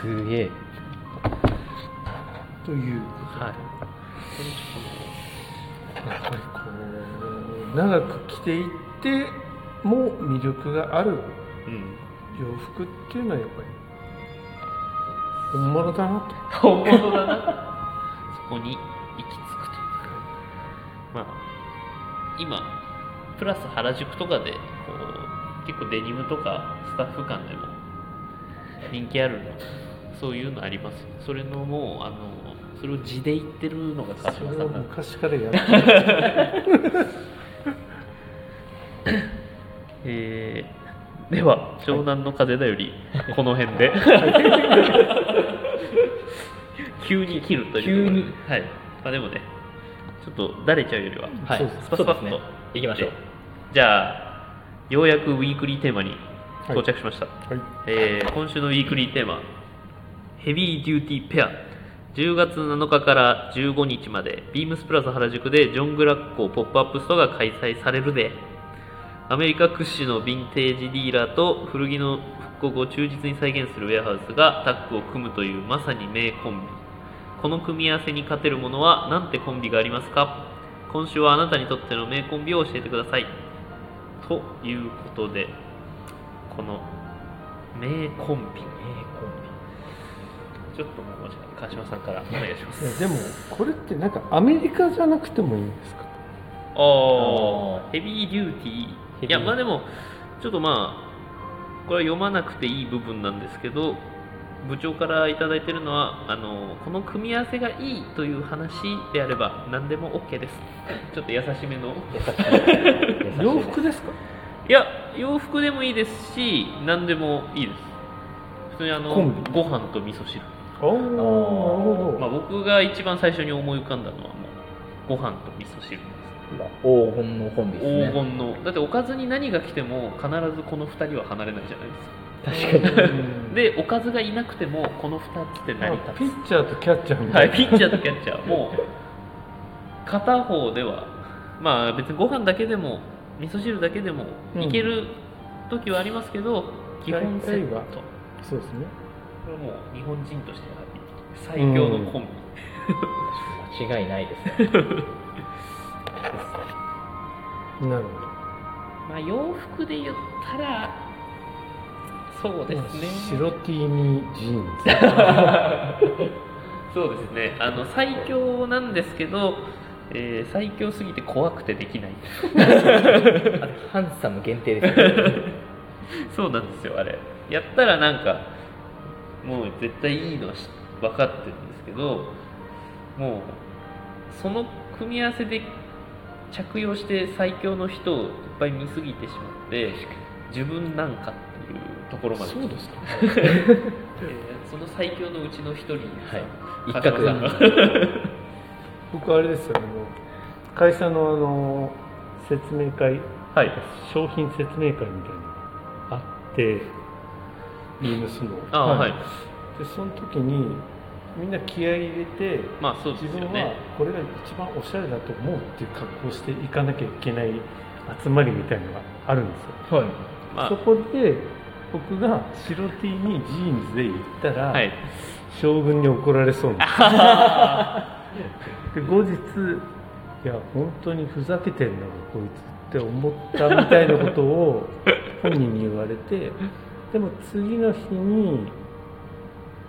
すげえ
という
はい
やっぱりこう長く着ていっても魅力がある
うん
洋服っていうのはやっぱり本物だなと
本物だなそこに行き着くというかまあ今プラス原宿とかでこう結構デニムとかスタッフ間でも人気あるのそういうのありますそれのもうあのそれを地で言ってるのが川島
それ
さ
は
んだ
昔からやってる
えーでは湘南の風だよりこの辺で急に切るというところで
急に
はいまあでもねちょっとだれちゃうよりは、
はい
そうスパスパッと
そうですね行きましょう
じゃあようやくウィークリーテーマに到着しました、
はい
えー今週のウィークリーテーマヘビーデューティーペア10月7日から15日までビームスプラザ原宿でジョン・グラッコポップアップストアが開催されるでアメリカ屈指のヴィンテージディーラーと古着の復刻を忠実に再現するウェアハウスがタッグを組むというまさに名コンビこの組み合わせに勝てるものは何てコンビがありますか今週はあなたにとっての名コンビを教えてくださいということでこの名コンビ名コンビちょっともうじゃあ川島さんからお願いします
いやでもこれってなんかアメリカじゃなくてもいいんですか
あ
あ
あ
ー
ヘビーデューティ
ヘビー
ーいやまあでもちょっとまあこれは読まなくていい部分なんですけど部長から頂いただいてるのはあのこの組み合わせがいいという話であれば何でも OK です ちょっと優しめの
優しい
洋服ですか
いや洋服でもいいですし何でもいいです普通にあの
コンビ
ご飯と味噌汁
ああなるほ
まあ、僕が一番最初に思い浮かんだのはもうご飯と味噌汁
黄金のコンビですね
黄金のだっておかずに何が来ても必ずこの2人は離れないじゃないですか
どうん
でおかずがいなくてもこの2つって成り立
ピッチャーとキャッチャーみ
つ、
た
はいい、ピッチャーとキャッチャーも う片方ではまあ別にご飯だけでも味噌汁だけでも
うん
いける時はありますけど、基本セッ
大体は
ト
なそうですね
これはもう日本人としては最強のコンビ、
間違いないですね
なるほ
まあ洋服で言ったらそうで
ど
すね
白 T にジーンズ
そうですねあの最強なんですけど、えー最強すぎて怖くてできない
あれハンサム限定ですね
そうなんですよあれやったらなんかもう絶対いいのはし分かってるんですけどもうその組み合わせで着用して最強の人をいっぱい見すぎてしまって自分なんかっていうところまで
そうですか
えーその最強のうちの一人にさ、
一角が
川島さ
僕あれですよあの会社のあの説明会
んが はい
商品説明会みたいなのがあってビームスの
あはい、
でその時にみんな気合い入れて
まあそうです
自
よ
分は
ね
これが一番おしゃれだと思うっていう格好をしていかなきゃいけない集まりみたいのがあるんですよ、
はい
ま
そこで僕が白 T にジーンズで行ったら、
あはい
将軍に怒られそうな で後日いや本当にふざけてんだろこいつって思ったみたいなことを本人に言われて でも次の日に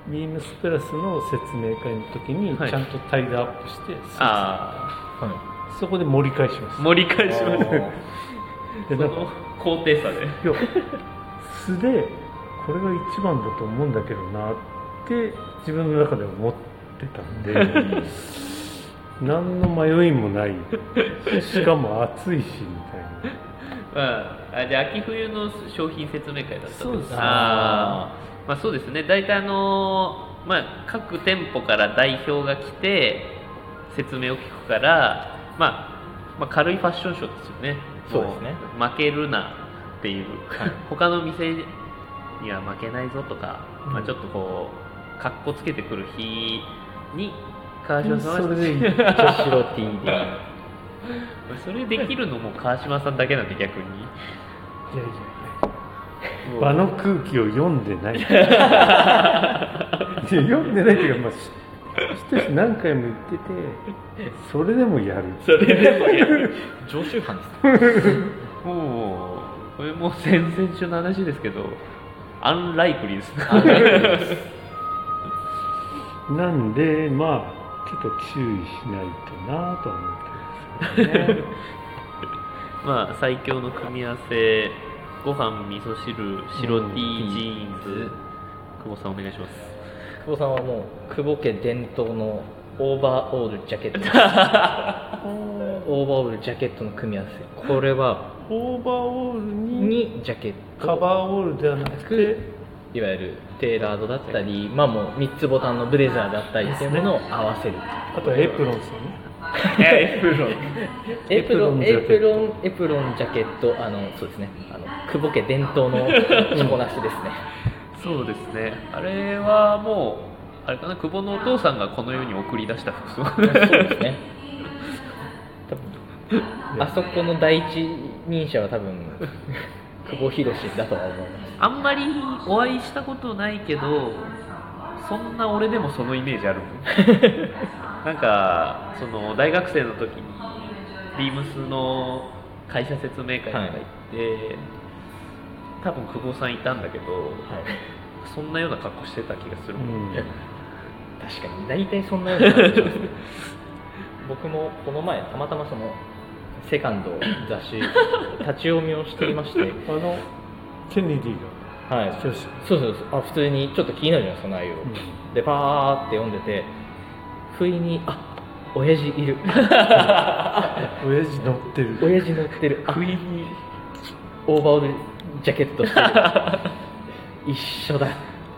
ビームスプラスの説明会の時に
はい
ちゃんとタイドアップして、
あ
は
そこで盛り返しまし
あ盛り返します
た
そ
でなん
の
か
高低差で
いや素でこれが一番だと思うんだけどなって自分の中で思ってたんで何の迷いもないしかも暑いしみたいな
まああじゃあ秋冬の商品説明会だったんです
そうですね
あーまあそうですね大体あのーまあ各店舗から代表が来て説明を聞くから、まあ、まあ軽いファッションショーですよね
そうですね
もう負けるなっていう他の店には負けないぞとか、まあちょっとこうかっこつけてくる日に川島さんは
それでいい
い女子ロ T で
それできるのも川島さんだけなんで逆に
いやいやいや場の空気を読んで ないいや読んでないっていうか、まあ、ししとし何回も言っててそれでもやる
それでもやる
常習犯ですね
もうこれもう先々週の話ですけどアンライクリーです
なんでまあちょっと注意しないとなとは思ってますけどね
まあ最強の組み合わせご飯味噌汁白 T ジーンズ久保さんお願いします
久保さんはもう久保家伝統のオーバーオールジャケッ トオーバーオールジャケットの組み合わせこれは
オーバーオールに
にジャケット
カバーオールではなくて
いわゆるテーラードだったり、まあ、もう3つボタンのブレザーだったりっていうものを合わせる
あとはエプロンですよね
エプロン
エプロン
エ
エ
プ
プ
ロ
ロンエプロンジャケットあのそうですねあの久保家伝統の着こなしですね
そうですねあれはもうあれかな久保のお父さんがこの世に送り出した服装
そうですね多分あそこの第一人者は多分久保博士だとは思います
あんまりお会いしたことないけどそんな俺でもそのイメージあるもん なんかその大学生の時にビームスの会社説明会とか行って、多分久保さんいたんだけど、そんなような格好してた気がする
う
もん、
ん
確かに大体そんなような感じしますね 僕もこの前たまたまそのセカンド雑誌立ち読みをしていまして
あのケネディ
はい
が女子
そうそうそうあ普通にちょっと気になるじゃないですか内容、
う
でパーって読んでて不意にあ親父いる
親父乗ってる
親父乗ってる不意にオーバーオールジャケット してる一緒だ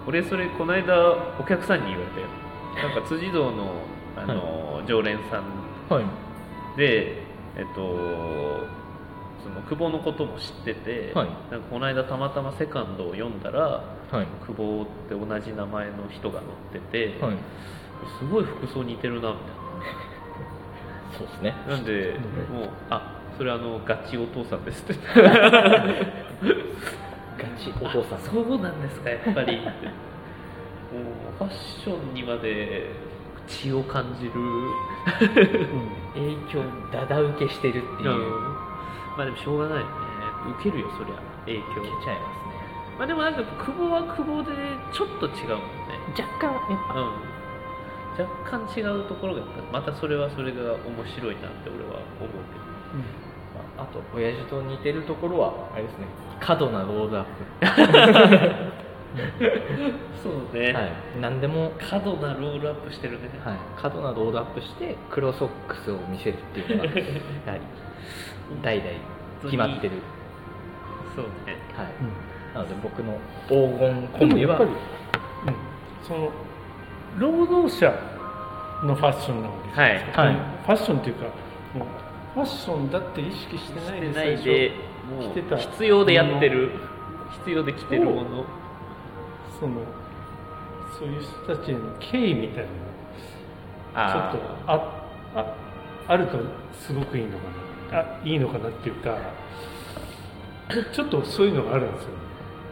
俺それこの間お客さんに言われたよなんか辻堂のあの、常連さん
はい
でえっとその久保のことも知ってて、
はい
なんかこの間たまたま「セカンドを読んだら
はい
久保って同じ名前の人が乗ってて、
はい
すごい服装似てるなみ
そうですね
たいななんでもうあそれあのガチお父さんです って
ガチお父さん
そうなんですかやっぱりもうファッションにまで血を感じる
影響ダダ受けしてるっていう、
うんまあでもしょうがないよね受けるよそりゃ影
受
響
けちゃいま
まあでもなんか久保は久保でちょっと違うもんね
すね若干やっぱ
うん若干違うところがやっぱまたそれはそれが面白いなって俺は思うけど
あと親父と似てるところはあれですね過度なロールアッ
そう
プ、
ね、
はい、何でも
過度なロールアップしてるね、
はい、過度なロードアップして黒ソックスを見せるっていうのが やはり代々決まってる、
そうね
はい
うん
なので僕の黄金コンビ
や
は
っぱり、うん、その労働者のファッションなわけです
はい
はい
ファッションっていうかもうファッションだって意識してな
して
いで
ない
最
で
初
も
着てた
う必要でやってる必要で着てるもの
そのそういう人たちへの敬意みたいなのが
あ
ちょっとあああるとすごくいいのかなあいいのかなっていうかちょっとそういうのがあるんですよね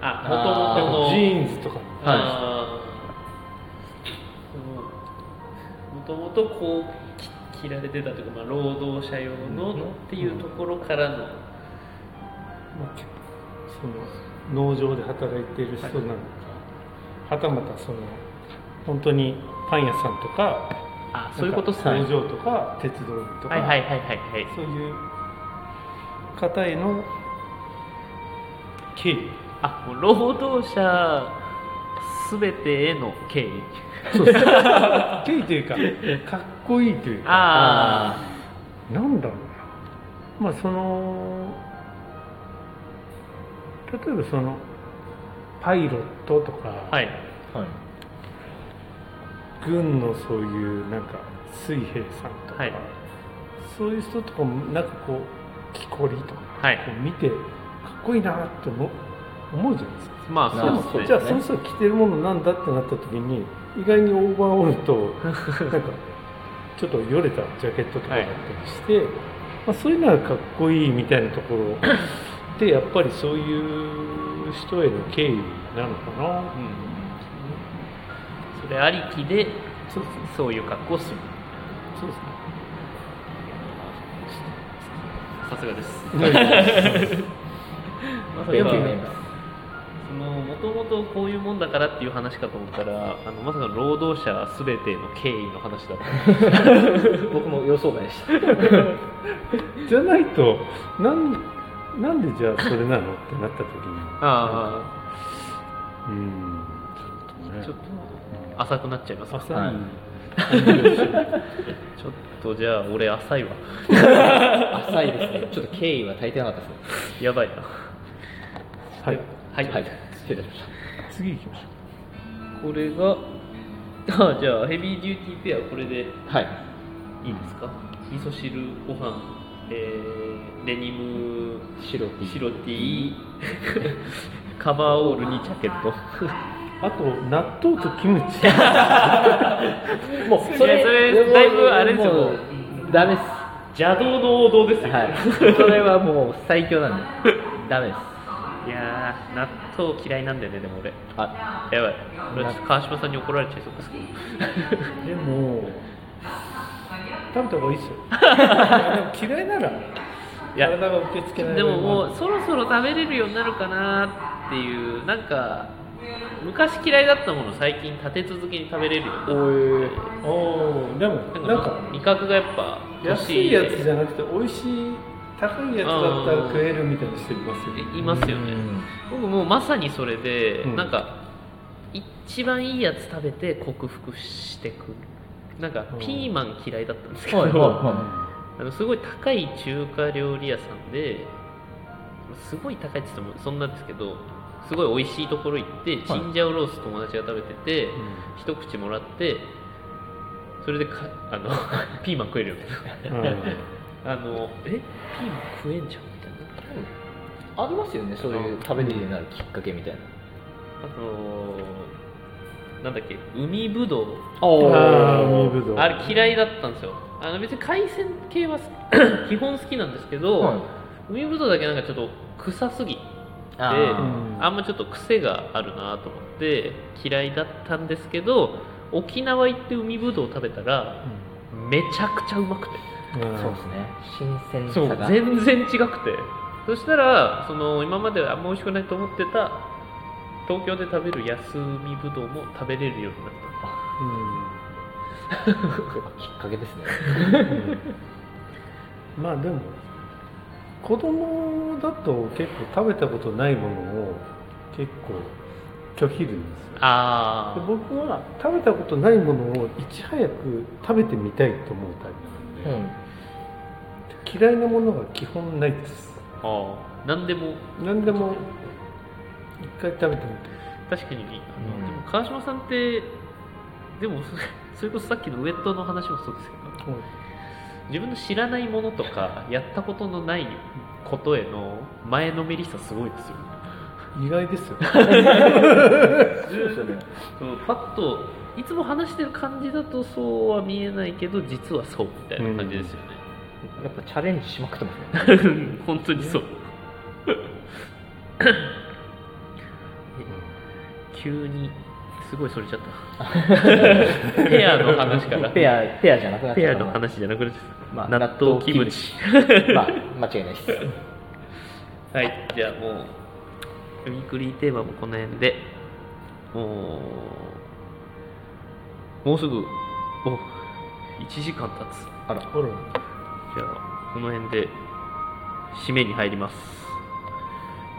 ーあ元々の
ジーンズとか
あーそのもともとこうき着られてたというか、まあ、労働者用のっていうところからの、
まあ、その農場で働いている人なのか、はたまたその本当にパン屋さんとか
あそういうこと
な
さ
んか工場とか鉄道員とか、
はいはいはいはいはい
そういう方への敬意
あもう労働者すべてへの敬意
そうです 敬意というかかっこいいというか
あ
あ
なんだろうなまあその例えばそのパイロットとか、
あはい
あはい
軍のそういうなんか水兵さんとか、
はい
そういう人とかもなんかこう木こりとか
はい
こう見てかっこいいなって思う思うじゃないですか。
ま
なる
あ
ほ
そう
ど
ですね
じゃあその人が着てるものなんだってなった時に意外にオーバーオール となんかちょっとよれたジャケットとかだったりして、まあ、そういうのはかっこいいみたいなところってやっぱりそういう人への敬意なのかな
それありきで
そう
そういう格好をする
そうですね
さすがです
それは
よく言う
もともとこういうもんだからっていう話かと思ったらあのまさか労働者すべての敬意の話だった
僕も予想外でした
じゃないとなんなんでじゃあそれなのってなった時に
あ
うん
あ
ち
ち
ょ
ょっ
っとね
と浅くなっちゃいますか
浅 い、
はい
ちょっとじゃあ俺浅いわ
浅いですねちょっと敬意は足りてなかったですね
やばいな
はい、
はい、
はい失礼いたしまし
次行きましょ
これがあじゃあヘビーデューティーペアこれで
たはい
いいですか味噌汁ご飯、えー、デニム
白 T
白 T カバーオールにジャケット
うあと納豆とキムチ
もうそ
い
れ
やそれだいぶあれですよ
もうダメです
邪道の王道ですよ、
はいそれはもう最強なんでダメです
い、やー納豆嫌いなんだよねでも俺
あ
やばいこれちょっと川島さんに怒られちゃいそうですけど
でも食べた方がいいですよいやでも嫌いなら
いや
体が受け付けない
でももうそろそろ食べれるようになるかなっていうなんか昔嫌いだったもの最近立て続けに食べれるようになっ
おおでも
て
な
なんん
か
か味覚がやっぱ
安
年
いやつじゃなくて美味しい高いやつだったら食えるみたいな人いますよね
いますよ
う
ね、
ん
僕もうまさにそれで、
うん
なんか一番いいやつ食べて克服してくなんか
うん
ピーマン嫌いだったんですけど、
はいはいは
あのすごい高い中華料理屋さんですごい高いって言ってもそんなんですけどすごい美味しいところ行ってチンジャオロース友達が食べてて、一口もらってそれでかあの ピーマン食えるよみたいな
うんうん
あのえピーマン食えんじゃんみたいない
ありますよねそういう食べれるようになるきっかけみたいな
あとなんだっけ海ぶどう
ああ海ぶどう
あれ嫌いだったんですよあの別に海鮮系は 基本好きなんですけど、
はい
海ぶどうだけなんかちょっと臭すぎて
あー
あんまちょっと癖があるなと思って嫌いだったんですけど沖縄行って海ぶどう食べたらめちゃくちゃうまくて
うん
そうですね新鮮
そう
さが
全然違くてそしたらその今まであんま美味しくないと思ってた東京で食べる安海ぶどうも食べれるようになった
きっかけですね
うんまあでも子供だと結構食べたことないものを結構拒否るんですよで
あ
僕は食べたことないものをいち早く食べてみたいと思うタイプ
う
なんで、
ん
嫌いなものが基本ないです
あ何でも
何でも一回食べてみて
確かに、あの
うん
でも川島さんってでもそそれこそさっきのウエットの話もそうですけど自分の知らないものとかやったことのないことへの前のめりさすごいですよね
意外ですよ
そうパッといつも話してる感じだとそうは見えないけど実はそうみたいな感じですよね、
やっぱチャレンジしまくってますね
本当にそう急にすごいそれちゃった ペアの話から
ペアペアじゃなくなっち
ペ
ゃ
ア
った
の話じゃなくなっちゃった、
まあ
納豆キムチ
まあ間違いないです
はいじゃあもうウィークリーテーマもこの辺でもうもうすぐお1時間経つじ
あら
ほら
ゃあこの辺で締めに入ります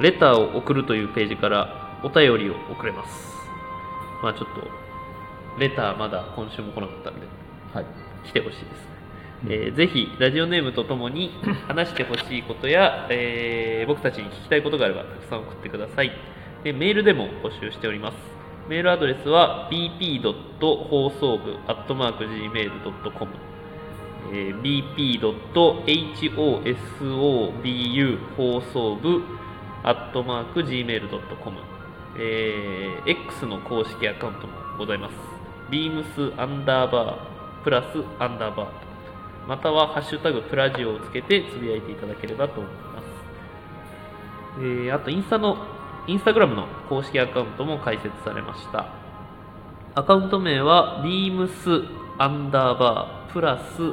レターを送るというページからお便りを送れますまあちょっとレターまだ今週も来なかったんで
はい
来てほしいです、えーぜひラジオネームとともに話してほしいことや、えー僕たちに聞きたいことがあればたくさん送ってくださいでメールでも募集しておりますメールアドレスは bp. 放送部 .gmail.com、えー bp.hosobu 放送部 .gmail.com、えー X の公式アカウントもございます beams アンダーバープラスアンダーバーまたはハッシュタグプラジオをつけてつぶやいていただければと思いますえーあとインスタのインスタグラムの公式アカウントも開設されましたアカウント名は beams アンダーバープラス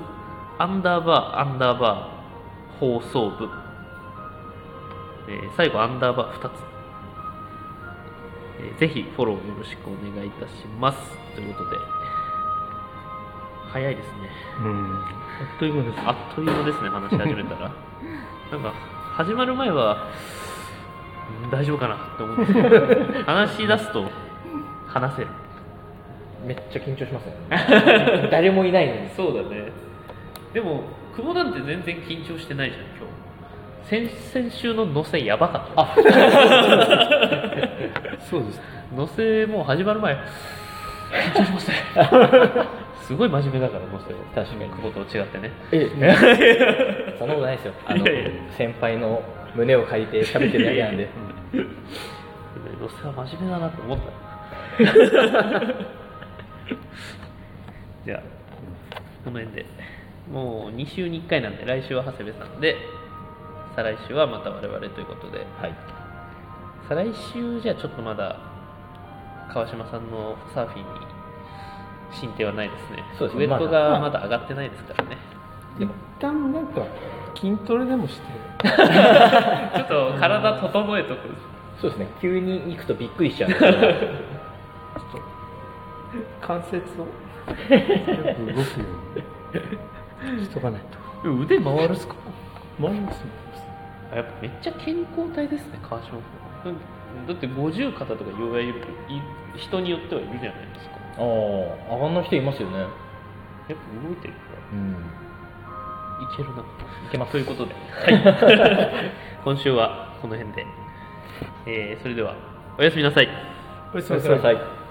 アンダーバーアンダーバー放送部、えー最後アンダーバー2つ、えーぜひフォローよろしくお願いいたしますということで早いですね
うん、あっという間です
あっという間ですね、話し始 めたら。なんか、始まる前は、うん大丈夫かなって思って た話し出すと、話せる。
めっちゃ緊張しますね誰もいないのに
そうだね。でも、久保なんて全然緊張してないじゃん、今日。先先週の乗せやばかった。
そうです
乗せもう始まる前、緊張しま した。すごい真面目だから、乗せは。
確かに
久保と違ってね。
そんなことないですよあ
い
の
やい
先輩の胸を借りて喋ってるだけなんで
乗せは真面目だなと思った。 じゃあ、この辺で、もう2週に1回なんで、来週は長谷部さんで、再来週はまた我々ということで、
はい
再来週じゃちょっとまだ、川島さんのサーフィンに進展はないですね。
そうです
ウエ
ね
ット
ま
が
だ
まだ上がってないですからね。
一旦なんか筋トレでもして
ちょっと体整えとく。
そうですね急に行くとびっくりしちゃうんで
関節を
よく動くように
しとかないと
腕回るっすか
回りますよ
やっぱめっちゃ健康体ですね川島君だって50肩とか弱い人によってはいるじゃないですか
あああんな人いますよね
やっぱ動いてるから
うん
いけるない
けます
ということ で、はい、 今週はこの辺で、えーそれではおやすみなさい
おやす
そ
みな
うく
さい
ださい